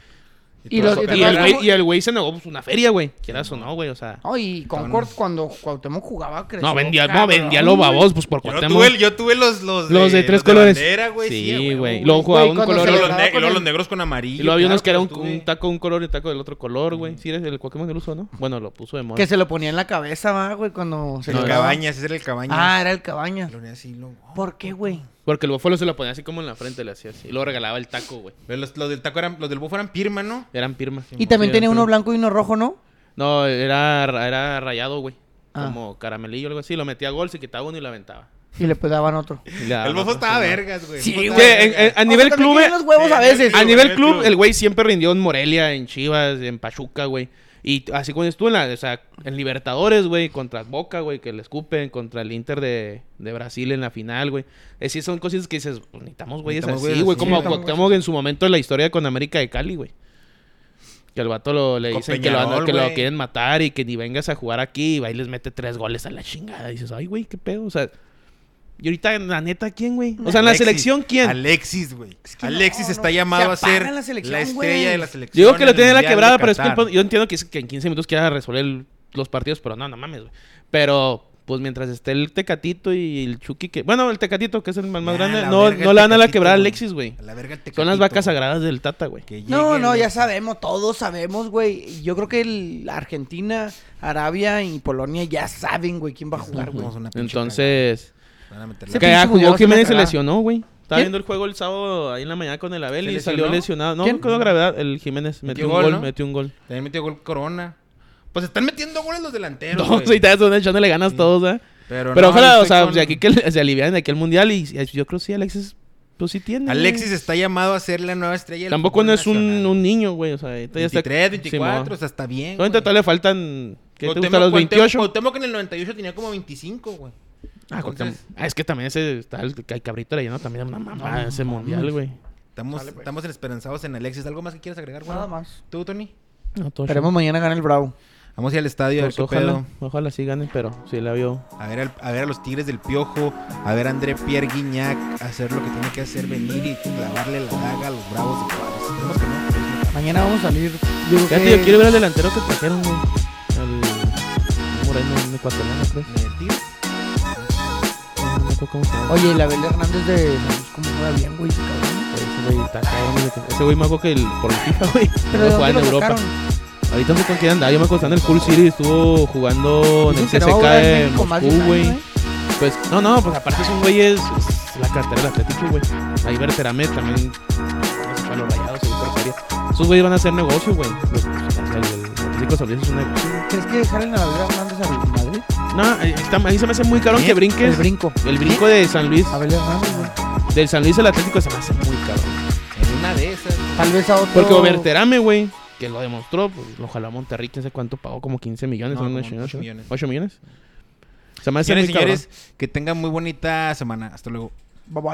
S2: Y
S1: Y,
S2: los-
S3: todo
S2: y
S3: eso,
S2: te
S1: el
S2: acuerdas
S1: güey,
S2: cómo-
S1: y el güey se negó pues, una feria, güey. Quieras o no, güey, o sea.
S2: No, y Concord cuando Cuauhtémoc jugaba creció.
S1: No, vendía, no,
S2: cabrón,
S1: vendía lo
S2: güey.
S1: babos, pues por
S3: Yo
S1: Cuauhtémoc.
S3: tuve, yo tuve los, los
S1: Los de tres colores.
S3: bandera, güey,
S1: Sí,
S3: a huevo,
S1: güey. Luego jugaba
S2: Güey,
S1: un
S2: cuando
S1: color.
S2: se
S3: Y
S1: y
S3: luego
S1: luego-
S3: los,
S2: Celebraba
S3: ne- y
S2: con
S3: luego
S2: el-
S3: los negros con amarillo.
S1: Y luego había
S3: claro
S1: unos que era un,
S3: los tuve.
S1: un taco de un color y taco del otro color, güey. Sí, eres el Cuauhtémoc del uso, ¿no? Bueno, lo puso de moda.
S2: Que se lo ponía en la cabeza, va, güey, cuando se
S3: El
S1: No,
S2: llegaba.
S3: cabañas, ese era el cabañas.
S2: Ah, era el cabaña.
S3: Lo unía así, lo-
S2: ¿Por qué, güey?
S1: Porque el bofolo se lo ponía así como en la frente, le hacía así. Y luego regalaba el taco, güey.
S3: Pero Los, los del taco eran, los del bufo eran pirma, ¿no?
S1: Eran pirmas.
S2: Y también tenía uno blanco y uno rojo, ¿no?
S1: No, era, ra- era rayado, güey.
S2: Ah.
S1: Como caramelillo o algo así. Lo metía a gol, se quitaba uno y lo aventaba.
S2: Y le pues, daban otro.
S1: Y le daba
S3: El bufo
S1: otro,
S3: estaba
S1: Ah, ¿no?
S3: vergas, güey.
S2: Sí,
S3: El bufo
S1: Sí,
S3: estaba
S1: en- en-
S3: vergas.
S1: a nivel club, eh,
S2: tiene los huevos
S3: Sí,
S2: a veces.
S1: A
S3: Sí,
S1: nivel
S3: güey,
S1: club,
S3: club.
S1: el güey siempre rindió en Morelia, en Chivas, en Pachuca, güey. Y t- así como estuvo en, la, o sea, en Libertadores, güey, contra Boca, güey, que le escupen, contra el Inter de, de Brasil en la final, güey. Es decir, son cosas que dices, pues, necesitamos güeyes
S3: Necesitamos
S1: así,
S3: güeyes
S1: güey,
S3: así,
S1: como a
S3: necesitamos
S1: Cuauhtémoc en su momento en la historia con América de Cali, güey. Que al vato lo, le
S3: Con
S1: dicen que lo,
S3: Peñarol,
S1: que lo
S3: güey.
S1: quieren matar y que ni vengas a jugar aquí y va y les mete tres goles a la chingada. Y dices, ay, güey, qué pedo, o sea... Y ahorita, la neta, ¿quién, güey? O sea, en la
S3: Alexis.
S1: selección, ¿quién?
S3: Alexis, güey.
S2: que
S3: Alexis
S2: no,
S3: está
S2: no.
S3: llamado
S2: Se
S3: a ser
S2: apaga la
S3: la,
S2: selección,
S3: estrella
S2: güey.
S3: de la selección.
S1: Yo digo que
S3: en
S1: lo
S3: el
S1: tiene la
S3: Mundial de
S1: quebrada, pero es que el
S3: Qatar.
S1: pon- yo entiendo que, es- que en 15 minutos quiera resolver el- los partidos, pero no, no mames, güey. Pero, pues mientras esté el Tecatito y el Chucky, que. Bueno, el Tecatito, que es el más, más
S3: Ya,
S1: grande,
S3: la
S1: no,
S3: verga
S1: no
S3: el
S1: le van a la
S3: Tecatito,
S1: quebrada a
S3: güey.
S1: Alexis, güey.
S3: A la verga el
S1: Son las
S3: Tecatito,
S1: vacas
S3: güey.
S1: sagradas del Tata, güey.
S3: Que
S2: No,
S3: llegue
S2: no,
S3: el-
S2: ya sabemos, todos sabemos, güey. Yo creo que el- Argentina, Arabia y Polonia ya saben, güey, quién va a jugar, güey.
S3: Vamos a una pinche
S1: Entonces.
S3: cagada. Van a meter
S2: Se
S3: la-
S1: Que
S2: pinche
S1: ya
S2: jugador
S1: jugó
S2: se me
S1: Jiménez se
S2: agrada.
S1: lesionó, güey. Estaba
S2: ¿Quién?
S1: viendo el juego el sábado ahí en la mañana con el Abel
S3: ¿Se
S1: y
S3: lesionó?
S1: salió lesionado. No,
S2: ¿Quién?
S1: con gravedad. El Jiménez metió un
S3: gol,
S1: gol,
S3: ¿no?
S1: metió un gol.
S3: También metió gol Corona. Pues están metiendo goles los delanteros.
S1: Dos
S3: güey.
S1: y te están echándole ganas
S3: Sí.
S1: todos, ¿eh?
S3: Pero,
S1: Pero,
S3: no,
S1: ojalá,
S3: yo
S1: o sea,
S3: estoy
S1: de
S3: con-
S1: aquí que le- se alivian de aquí el mundial y, y yo creo que sí, Alexis, pues sí tiene. güey.
S3: Alexis está llamado a ser la nueva estrella. del
S1: Tampoco
S3: fútbol
S1: no es un,
S3: nacional.
S1: un niño, güey. O sea, ahorita ya está.
S3: 23, 24, o sea, está bien.
S1: Ahorita
S3: güey.
S1: todavía le faltan. ¿Qué te gusta
S3: Cuauhtémoc-
S1: los
S3: Cuauhtémoc-
S1: 28?
S3: Cuauhtémoc en el 98 tenía como 25, güey.
S1: Ah, Cuauhtémoc.
S3: entonces-
S1: Ah, es que también ese está el ca- cabrito leyendo también una mamá ese mundial, güey.
S3: Estamos, estamos esperanzados en Alexis. ¿Algo más que quieras agregar, güey?
S2: pues. Nada más.
S3: ¿Tú, Tony?
S1: No, todo
S2: Esperemos mañana ganar el Bravo.
S3: Vamos a ir al estadio
S1: chido.
S3: a ver
S1: Pues
S3: qué
S1: ojalá,
S3: pedo.
S1: ojalá sí ganen, pero sí la vio.
S3: A ver, al- a ver a los Tigres del Piojo, a ver a André Pierre Guignac hacer lo que tiene que hacer, venir y clavarle la daga a los bravos de Juárez. Esperemos que no.
S2: Mañana vamos a salir. Yo creo
S1: Fíjate,
S2: que-
S1: yo quiero ver al delantero que trajeron, güey. El Moreno, un ecuatoriano, creo.
S3: ¿En el Tigres?
S1: No me acuerdo cómo se llama.
S2: Oye, la Abel Hernández de Santos, ¿cómo juega bien, güey? ese cabrón?
S1: Ese güey está cabrón, güey. Ese güey me acuerdo que el, por el FIFA, güey.
S2: Pero
S1: no
S2: ¿de
S1: juega
S2: dónde
S1: en
S2: lo
S1: Europa.
S2: sacaron?
S1: Ahorita no sé con quién andaba. Yo me acostaba en el Cool City. Estuvo jugando en el
S2: Dicen que no
S1: CSK
S2: va a jugar en
S1: de
S2: México más de
S1: Moscú,
S2: un
S1: güey.
S2: año, ¿eh?
S1: Pues, no, no, pues aparte son güeyes. es La cartera del Atlético, güey. Ahí Berterame también. no sé, Para los rayados, ahí por feria. Esos güeyes van a hacer negocio, güey. Los- El el Atlético Sabrientos es un negocio.
S2: ¿Crees que dejaron a la Abel Hernández al Madrid?
S1: No, ahí está- ahí se me hace muy cabrón
S3: ¿Eh?
S1: que
S2: El ¿Eh? Ah.
S1: brinques.
S2: brinco.
S1: El brinco de San Luis.
S2: Abel Hernández, güey.
S1: Del San Luis al Atlético se me hace muy cabrón.
S3: En una de esas.
S2: Tal vez a otro.
S1: Porque Oberterame, güey, que lo demostró, pues lo jaló a Monterrey, quién sabe cuánto pagó, como 15 millones,
S3: No,
S1: ¿no?
S3: como
S1: Ocho
S3: ocho
S1: millones.
S3: millones.
S1: ¿8 millones? Se me hace
S3: Señores
S1: muy
S3: y
S1: cabrón.
S3: señores, que tengan muy bonita semana. Hasta luego.
S2: Bye bye.